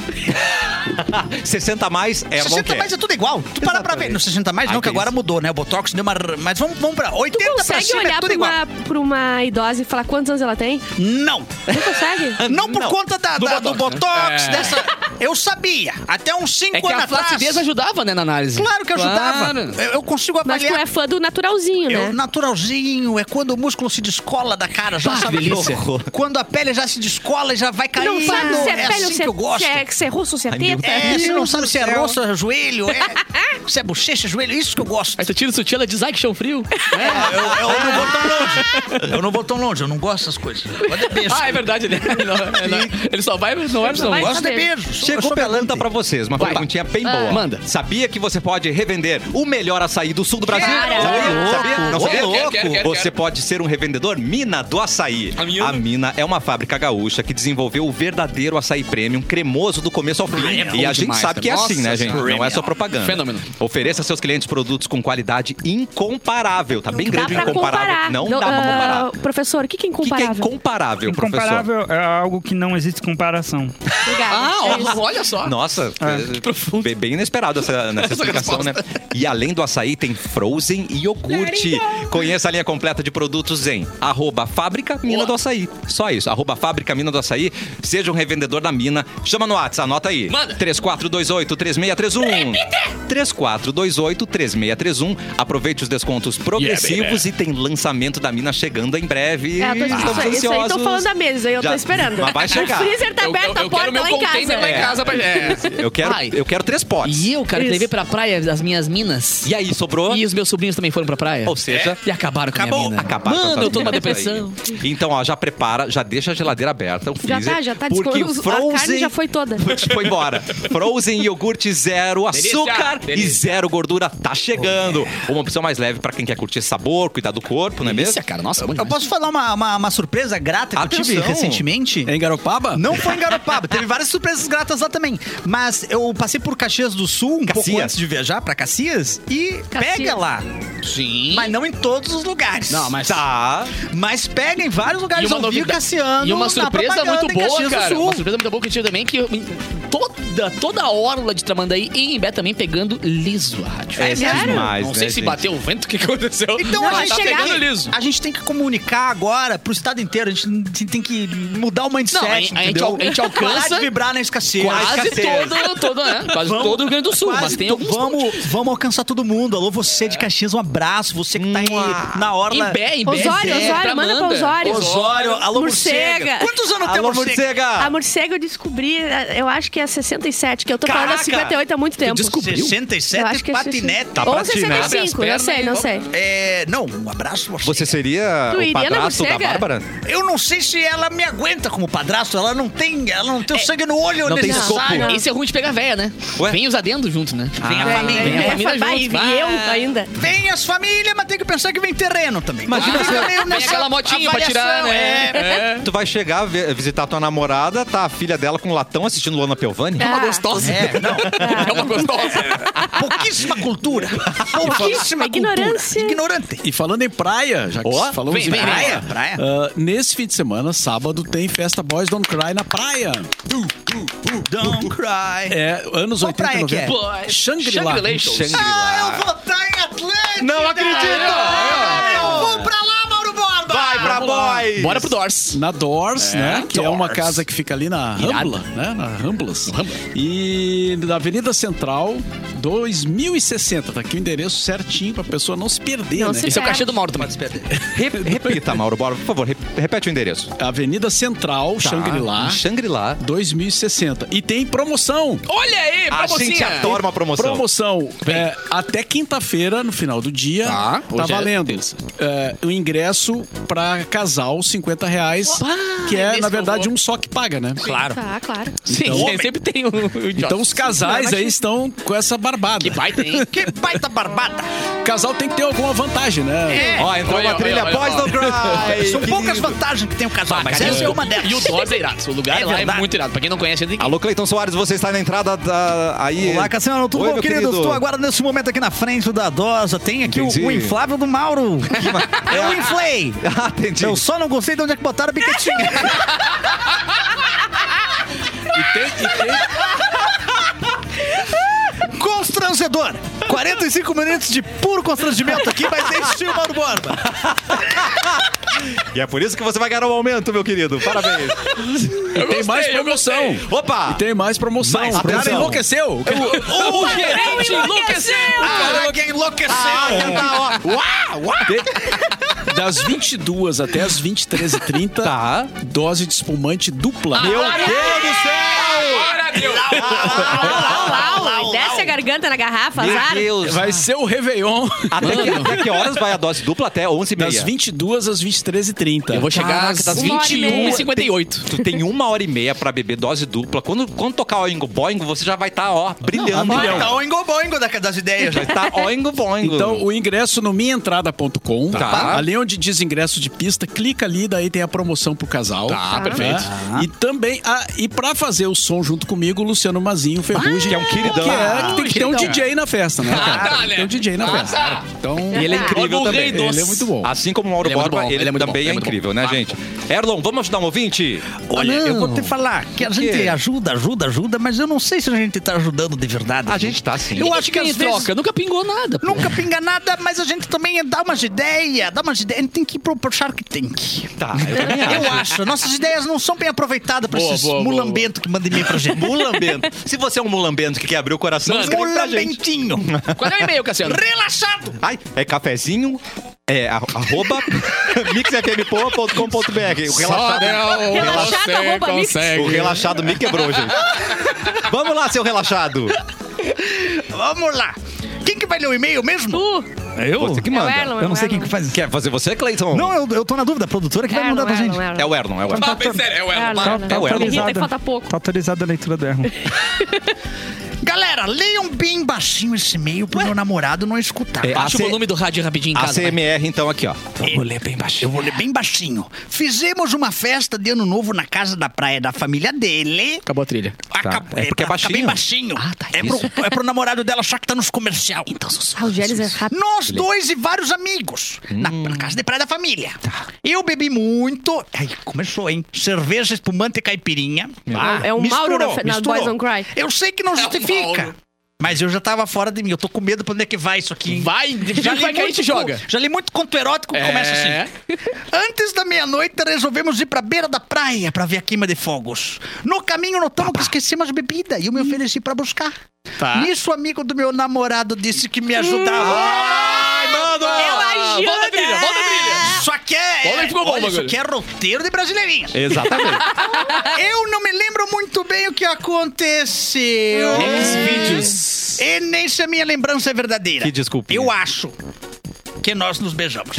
60 a mais é bom 60 que mais é tudo igual. Tu para pra ver. No 60 mais, não, Ai, que agora Cris. mudou, né? O Botox deu uma. Mas vamos, vamos pra Tu 80 pra consegue cima, é olhar tudo pra igual. uma, pra uma idosa e falar quantos anos ela tem? Não! Não consegue? Não por Não. conta da, Do da- do Botox, né? Botox, É. dessa. Eu sabia. Até uns 5 É que anos a flacidez atrás. ajudava, né, na análise. Claro que ajudava. Claro. Eu, eu consigo Mas tu avaliar. é fã do naturalzinho, É né? o naturalzinho, é quando o músculo se descola da cara, já Bah, sabe? Ah, que delícia. Quando a pele já se descola e já vai caindo. Não sabe se é é pele ou assim se que eu é- gosto. se é- se é russo ou se é Ai, meu teta. É, você não sabe se é céu. rosto, joelho, é, se é bochecha, joelho, isso que eu gosto. Aí tu tira o sutiã, ela diz, ai, que chão frio. É, eu, eu não vou tão longe. Eu não vou tão longe, eu não gosto dessas coisas. Eu gosto de beijo. ah, é verdade, né? Não, é, não. Ele só vai, não vai, não eu vai. vai. gosto de beijo. Chegou pergunta pra vocês, uma Vai. perguntinha bem Ah. boa. Manda. Sabia que você pode revender o melhor açaí do sul do Brasil? Cara. Sabia? Ô, Sabia? Não louco. sabia? Ô, louco. Quero, quero, Você pode ser um revendedor mina do açaí. A mina? A mina é uma fábrica gaúcha que desenvolveu o verdadeiro açaí premium, cremoso do começo ao fim. Ai, é bom e a gente demais, sabe que é cara. assim, né, Nossa gente? Senhora. Não é só propaganda. Fenômeno. Ofereça aos seus clientes produtos com qualidade incomparável. Tá bem Dá grande o pra comparar. incomparável. Não dá pra ah, comparar. Professor, o que, que é O que que é incomparável? incomparável, professor? Incomparável é algo que não existe comparação. Obrigada. Ah, É ó, isso. olha só. Nossa, é, bem, bem inesperado essa, nessa explicação, né? E além do açaí, tem frozen e iogurte. Conheça a linha completa de produtos em arroba fábrica mina do açaí. Só isso, arroba fábrica mina do açaí. Seja um revendedor da mina. Chama no WhatsApp, anota aí. Manda. 3428-3631. 3428-3631. Aproveite os descontos progressivos e tem lançamento da mina chegando em breve. É, eu tô isso, Estamos isso aí estão ansiosos. falando da mesa, eu Já- tô esperando. Mas vai chegar. O freezer tá Eu- aberto, eu, eu a porta quero meu lá em casa. container lá em casa pra... É. Eu quero, Ai. eu quero três potes. E eu, cara, que Isso. levei pra praia das minhas minas. E aí, sobrou? E os meus sobrinhos também foram pra praia. Ou seja, E acabaram com a minha mina. Acabar É. com Mano, essas eu tô numa merdas depressão. aí. Então, ó, já prepara, já deixa a geladeira aberta, o Já freezer. tá, já tá Porque descolando. Frozen... A carne já foi toda. Foi embora. Frozen iogurte zero Delícia, açúcar e delícia. zero gordura tá chegando. Uma opção mais leve pra quem quer curtir sabor, cuidar do corpo, não é mesmo? Delícia, cara. Nossa, bom Eu demais. posso falar uma, uma, uma surpresa grata que eu tive Atenção. recentemente? Em Garopaba? Não foi em Garopaba, teve várias surpresas gratas lá também. Mas eu passei por Caxias do Sul um pouco Caxias. antes de viajar pra Caxias e Caxias. pega lá. Sim. Mas não em todos os lugares. Não, mas... Tá. Mas pega em vários E lugares uma ao vivo novidade- Cassiano. E uma na surpresa propaganda muito em boa, Caxias do cara. Sul. Uma surpresa muito boa que eu tive também, que eu- em- toda, toda a orla de Tramandaí e Imbé também pegando liso a rádio. É, sério? demais, Não né, sei se gente? bateu o vento, o que aconteceu. Então Não, a, vai gente tá tem chegar- pegando que, liso. a gente tem que comunicar agora pro estado inteiro. A gente tem que mudar o mindset. Não, a gente- a gente entendeu? al- a gente alcança- Parar de vibrar na escassez. Quase escassez. todo, todo, né? Quase todo o Rio Grande do Sul, Quase mas tem to- alguns vamos, vamos alcançar todo mundo. Alô, você de Caxias, um abraço. Você que tá aí na orla. Imbé, Imbé. Osório, é Imbé, Osório, manda pra Osório. Osório, alô, morcega. Morcega. Quantos anos tem Alô, morcega? A morcega! morcega eu descobri, eu acho que é 67, que eu tô falando é Caraca! há 58 há muito tempo. Eu acho 67 que é patinete. Tá 67. né? Ou Abre as 65, não pernas sei, e não vamos. sei. É, não, um abraço, morcega. Você seria Tu o iria na padrasto da morcega? Bárbara? Eu não sei se ela me aguenta como padrasto. Ela não tem, ela não tem o sangue no olho não tem necessário. escopo. Esse é ruim de pegar véia, né? Ué? Vem os adendos junto, né? Vem a Ah, família. Vem a É, família vai, junto. e eu Vai. ainda. Vem as famílias, mas tem que pensar que vem terreno também. Imagina Fica se- meio vem nessa aquela motinha pra tirar, avaliação, né? é. Tu vai chegar, vi- visitar tua namorada, tá a filha dela com um latão assistindo Luana Piovani? Ah, uma Ah. gostosa. É, não. É uma gostosa. Pouquíssima cultura. Pouquíssima Ignorância. cultura. Ignorante. E falando em praia, já que Ó, falamos vem, em vem, vem. praia, Praia. ah, nesse fim de semana, sábado, tem festa Boys Don't Cry na praia. Don't cry. É, anos Qual 80 e praia 90. que é? Boy. Shangri-La. Shangri-Lations. Ah, eu vou estar em Atlântida. Não acredito! Eu vou pra lá, Mauro Borba. Vai Tá pra boy! Bora pro Dors. Na Doors, né? Que é uma Doors. casa que fica ali na Irado. Rambla, né? Na Ramblas. E na Avenida Central, 2060. Tá aqui o endereço certinho pra pessoa não se perder, Não né? se Esse é o cachê do Mauro também. Re- Repita, Mauro, bora, por favor, rep- repete o endereço. Avenida Central, Tá. Shangri-La, Em Shangri-La. 2060. E tem promoção. Olha aí, A promocinha. gente adora uma promoção. Promoção. É, até quinta-feira, no final do dia, Tá. tá, Hoje é valendo. terça. É, o ingresso pra casal, 50 reais. que é, nesse na eu verdade, vou. um só que paga, né? Claro. Tá, claro. Sim, Então- sempre tem um um idiota. Então os casais aí estão com essa barbada. Que baita, hein? Que baita barbada. O casal tem que ter alguma vantagem, É, né? Ó, entrou Olha, uma trilha olha, olha, Boys olha. Don't Cry. São poucas querido. vantagens que tem o casal, mas Cara, essa e é o- uma delas. E o Dors é irado. O lugar É lá é verdade. muito irado. Pra quem não conhece, tem que ir. Alô, Cleiton Soares, você está na entrada da. Aí. Olá, Cassiano, tudo Oi, bom, meu querido? querido? Estou agora nesse momento aqui na frente da Dosa. Tem aqui o, Entendi. o inflável do Mauro. Eu inflei. Ah, entendi. Eu só não gostei de onde é que botaram a biquetinha. E tem, e tem- Constrangedor. 45 minutos de puro constrangimento aqui, mas é estilo Mauro Borba. E é por isso que você vai ganhar um aumento, meu querido. Parabéns. e tem mais promoção. Opa! Tem mais promoção. Mais o cara promoção. enlouqueceu. O gerente enlouqueceu! Ah, Caraca, enlouqueceu. é. Tem- Ah! Das 22 até as 23h30, Tá. dose de espumante dupla. Meu Deus do céu! Agora deu! Uau, uau, desce a garganta na garrafa, azar. Deus! Vai ser o Réveillon Até que, até que horas vai a dose dupla? Até 11 h das 30 22 às 23h30. Eu vou chegar tá tá às uma hora e meia. 21h58. Tu tem uma hora e meia pra beber dose dupla. Quando, quando tocar Oingo Boingo, você já vai estar, ó, brilhando. é milhão. Tá o engoboingo da- das ideias. Vai estar Oingo tá, Boingo. Hum. Então, o ingresso no minhaentrada.com. Tá. Ali onde diz ingresso de pista, clica ali, daí tem a promoção pro casal. né? Tá, perfeito. E também, ah, e pra fazer o som junto comigo, o Luciano Mazinho Ferrugem. que Ah, é um queridão. Que é, que tem que ter um Queridão. DJ na festa, né? Ah, cara? Tem tá, que né? ter um DJ na Ah, festa. tá. Então, E ele é incrível também. Ele é muito bom. Assim como o Mauro Ele é muito Borba, bom, ele, ele é muito também bom, é, ele é muito incrível, bom. né, Tá. gente? Erlon, vamos ajudar um ouvinte? Olha, eu vou te falar que a gente quê? ajuda, ajuda, ajuda, mas eu não sei se a gente tá ajudando de verdade. A gente tá sim. Eu acho que às Quem vezes troca? Nunca pingou nada. pô. nunca pinga nada, mas a gente também dá umas ideias, dá umas ideias. A gente tem que ir pro, pro Shark Tank. Tá, eu também acho. Eu acho. Nossas ideias não são bem aproveitadas pra Boa, esses boa, boa, mulambento que mandam e-mail pra gente. um Mulambento. Se você é um mulambento que quer abrir o coração, Mano, escreve pra gente. Mulambentinho. Qual é o e-mail, Cassiano? Relaxado. Ai, é cafezinho, é arro- arroba mixfmpoa.com.br. O relaxado, é Relaxado, arroba, mix. o relaxado me quebrou, gente. Vamos lá, seu relaxado. Vamos lá. Quem que vai ler o e-mail mesmo? Tu, Eu? Você que é o manda. Erlon, é Eu o não sei quem Erlon. que faz isso. Quer fazer você, Cleiton? Não, eu, eu tô na dúvida. A produtora que vai Erlon, mandar pra Erlon, gente. Erlon. É o Erlon, é o Erlon. Ah, bem sério, é o Erlon, Erlon. Erlon. É o Erlon. Irrita que falta pouco. Tá autorizada a leitura do erro. Galera, leiam bem baixinho esse e-mail pro meu namorado não escutar. tá? É, Baixa AC o volume do rádio rapidinho em A casa. vai. CMR, então, aqui, ó. Eu vou ler bem baixinho. Fizemos uma festa de ano novo na casa da praia da família dele. Acabou a trilha. Acabou- É porque é tá- Tá bem baixinho. baixinho. é, pro, é pro namorado dela achar que tá nos comercial. Então, Ah, o Gélis é rápido. Hum. Nós dois e vários amigos. Na, na casa de praia da família. Tá. Eu bebi muito. Ai, começou, hein? Cerveja, espumante e caipirinha. Ah, É o Mauro misturou, na fe- na misturou. Boys Don't Cry. Eu sei que não justifica. Mauro. Mas eu já tava fora de mim. Eu tô com medo pra onde é que vai isso aqui. hein? Vai, já li vai que a gente muito joga. co- Já li muito conto erótico que começa É. assim. Antes da meia-noite, resolvemos ir pra beira da praia pra ver a queima de fogos. No caminho, notamos que esquecemos bebida e eu me ofereci pra buscar. Tá. Nisso, o amigo do meu namorado disse que me ajudava. Ai, mano! Ela Ah, Volta a né? trilha, volta a trilha. Isso aqui Olha aí, é. ficou bom o Olha, isso bagulho. aqui é roteiro de brasileirinhas. Exatamente. É. Eu não me lembro muito bem o que aconteceu. vídeos. E nem se a minha lembrança é verdadeira. Que desculpinha. Eu acho que nós nos beijamos.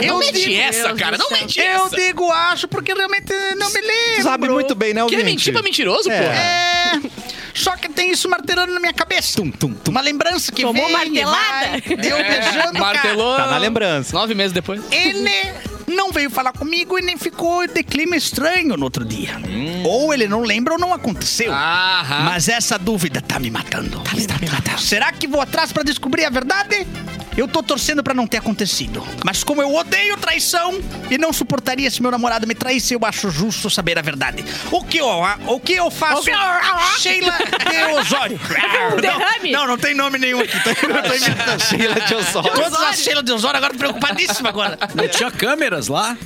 Eu Não mete digo- essa, cara. Não mete Eu essa. digo acho porque realmente não me lembro. Sabe muito bem, né, Quer ouvinte? mentir pra mentiroso, pô? É. Só que tem isso martelando na minha cabeça. Uma lembrança que Tomou vem e martelada? É, vai. Deu beijando, cara. Martelou. Tá na lembrança. Nove meses É. depois. Ele não veio falar comigo e nem ficou de clima estranho no outro dia. Hum. Ou ele não lembra ou não Ah, aconteceu. Aham. Mas essa dúvida tá me matando. Ah. Tá, me matando. Será que vou atrás pra descobrir a verdade? Eu tô torcendo pra não ter acontecido. Mas como eu odeio traição e não suportaria se meu namorado me traísse, eu acho justo saber a verdade. O que eu, ah, o que eu ah, faço? Sheila de Osório. derrame? Não, não, não tem nome nenhum aqui. Tô, eu tô inventando. Sheila de Osório. Todas as Sheila de Osório agora tô preocupadíssima agora. Não tinha câmeras lá?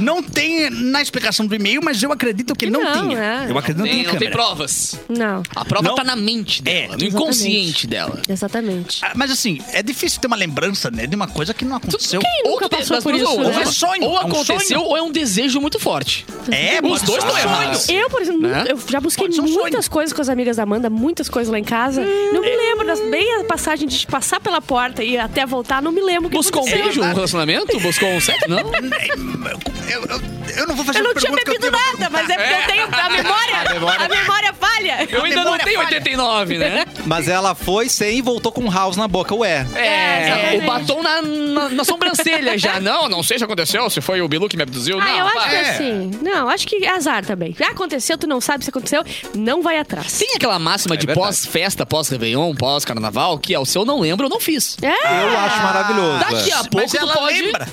Não tem na explicação do e-mail, mas eu acredito que, Que não, não, tinha. é. Eu acredito que não Tem- tinha não tem câmera. provas. Não, A prova Não. tá na mente dela, no inconsciente dela. exatamente. Ah, Mas assim, é difícil ter uma lembrança, né, de uma coisa que não aconteceu. Quem nunca Ou te- passou das por duas, isso, ou, né? é sonho, ou É um aconteceu, sonho. ou é um desejo muito forte. É, Os pode dois ser estão um sonho. errados. Eu, por exemplo, Né? eu já busquei Pode ser um muitas coisas com as amigas da Amanda, muitas coisas lá em casa. não me lembro, das, bem a passagem de passar pela porta e até voltar, não me lembro o que Buscou um aconteceu. beijo, um relacionamento? Buscou um sexo? Não? Ah, Eu, eu- eu não vou fazer Eu não uma tinha pergunta que eu bebido tenho pra nada, mas é porque eu tenho a memória, a memória, falha. Eu ainda não memória tenho falha. 89, né? Mas ela foi sem e voltou com um house na boca. Ué. É, É, o exatamente. batom na, na, na sobrancelha já. Não, não sei se aconteceu, se foi o Bilu que me abduziu. Ah, não, É. eu acho vai. que assim. Não, acho que é azar também. Ah, Aconteceu, tu não sabe se aconteceu, não vai atrás. Tem aquela máxima de verdade. pós-festa, pós-Réveillon, pós-Carnaval, que é o seu não lembro, eu não fiz. É. Eu acho maravilhoso. Daqui a pouco Mas tu ela pode... lembra.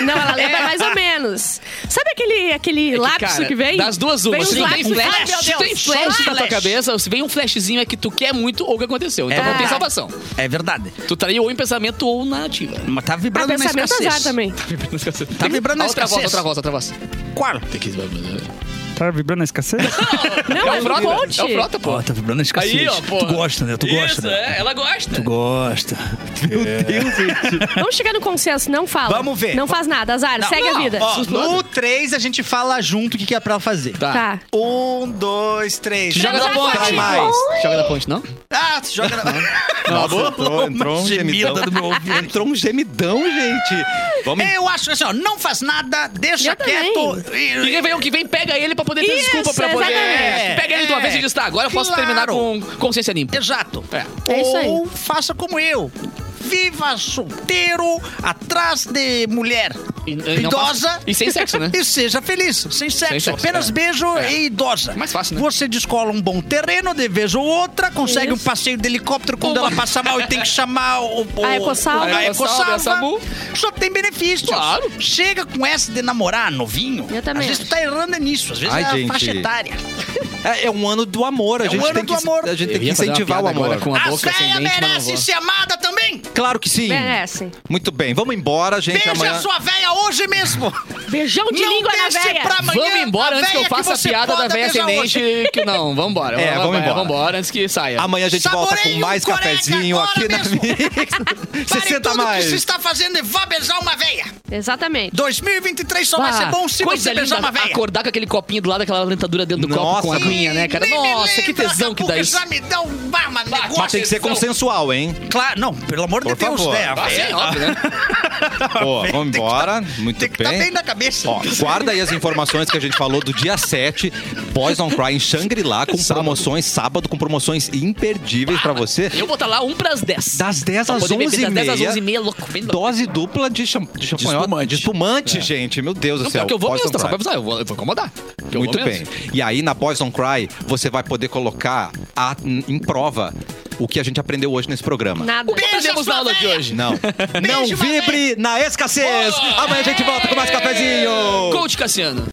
Não, ela lembra mais ou menos. Sabe aquele, aquele lapso É. Cara, que vem? Das duas, Vem uma. uns Se tem lapsos. Ah, flash, meu se Deus, tem flash na tua flash. cabeça, ou se vem um flashzinho é que tu quer muito ou que aconteceu. Então É. não tem salvação. É verdade. Tu traiu ou em pensamento ou na ativa. Mas tá Ah, vibrando na pensamento escassez. azar também. Tá vibrando na outra voz, escassez. outra voz, outra voz. Qual? Tem que... É Tá vibrando a escassez? Não, é o um Frota, coach. é o Frota, pô. Ó, tá vibrando na escassez. Aí, ó, pô. Tu gosta, né? Tu gosta, Isso, né? é, ela gosta. Tu gosta. Vamos chegar no consenso, não fala. Vamos ver. Não faz nada, azar, segue a vida. Ó, no 3 a gente fala junto o que, que é pra ela fazer. Tá. Um, dois, três. Tu joga na Trai ponte. mais. Joga na ponte, não? Ah, tu joga na... Nossa, entrou, entrou um Uma Tá gemidão. gemida do meu ouvido. Entrou um gemidão, gente. Vamos Eu acho assim, ó, não faz nada, deixa Eu também. quieto. E E- Réveillon que vem, pega ele pra poder ter Isso, desculpa pra poder. exatamente. É, Pega ele de uma É. vez e diz, tá, agora eu posso Claro. terminar com consciência limpa. Exato. É. É isso aí. Ou faça como eu. Viva solteiro, atrás de mulher E- e não idosa. faça- e sem sexo, né? E seja feliz, sem sexo. sexo, apenas é. beijo É. e idosa. Mais fácil, né? Você descola um bom terreno de vez ou outra, consegue um Isso. passeio de helicóptero quando Uma- ela passa mal e tem que chamar o... o A Ecosalva. A A Ecosalva, é a Ecosalva. SAMU. Só tem benefícios. Claro. Chega com essa de namorar novinho. Eu também Às vezes tu acho. tá errando é nisso. Às vezes Ai, é a gente. faixa etária. É, é um ano do amor. A um gente ano tem do que, amor. A gente tem Eu que ia fazer uma incentivar o piada amor. agora com a A boca sem véia dente, mas não merece vou. ser amada também. Claro que sim. Merece. Muito bem, vamos embora, gente. Beija amanhã. a sua véia hoje mesmo. Beijão de língua na deixe veia. é pra amanhã Vamos embora a antes que eu véia faça você a piada da poda velha beijar ascendente. hoje. Que não, vambora. É, vamos embora. Vambora antes que saia. É. Amanhã a gente volta Saboreie com mais um coreca cafezinho agora aqui na mesmo. Mix. Pare 60 tudo mais. é que se está fazendo e vá beijar uma véia. Exatamente. 2023 só vai ser bom se Ah, coisa você beijar linda, uma véia. Acordar com aquele copinho do lado, aquela dentadura dentro do copo com a Nossa. aguinha, né, cara? Nem me Nossa, que lembra, tesão que dá porque isso. Já me dá um bar, mas negócio. Mas tem que ser consensual, hein? Claro, não, pelo amor de Por Deus, favor. né? A Ah, sim, véia óbvio, né? Ó, vamos tá- embora. Muito Tem que estar bem na cabeça. Ó, guarda aí as informações que a gente falou do dia 7, Boys Don't Cry em Shangri-La, com promoções, sábado, com promoções imperdíveis pra você. Ah, Eu vou estar lá 1 pras 10. Das 10 Pra às poder beber 11 das 10 às 11 h e 30 meia, louco, bem louco. É. Dose dupla de, cham... de champanhota. espumante. De espumante, gente. Meu Deus do Não, céu. pior que eu vou Boys mesmo, Don't só pra Cry. avisar, eu vou, eu vou incomodar. Porque eu Muito vou bem. mesmo. E aí, na Boys Don't Cry, você vai poder colocar a- em prova o que a gente aprendeu hoje nesse programa. Um Nada. O que aprendemos na aula de hoje? Não. Não vibre na escassez. Amanhã a gente volta com mais cafezinho. Coach Cassiano.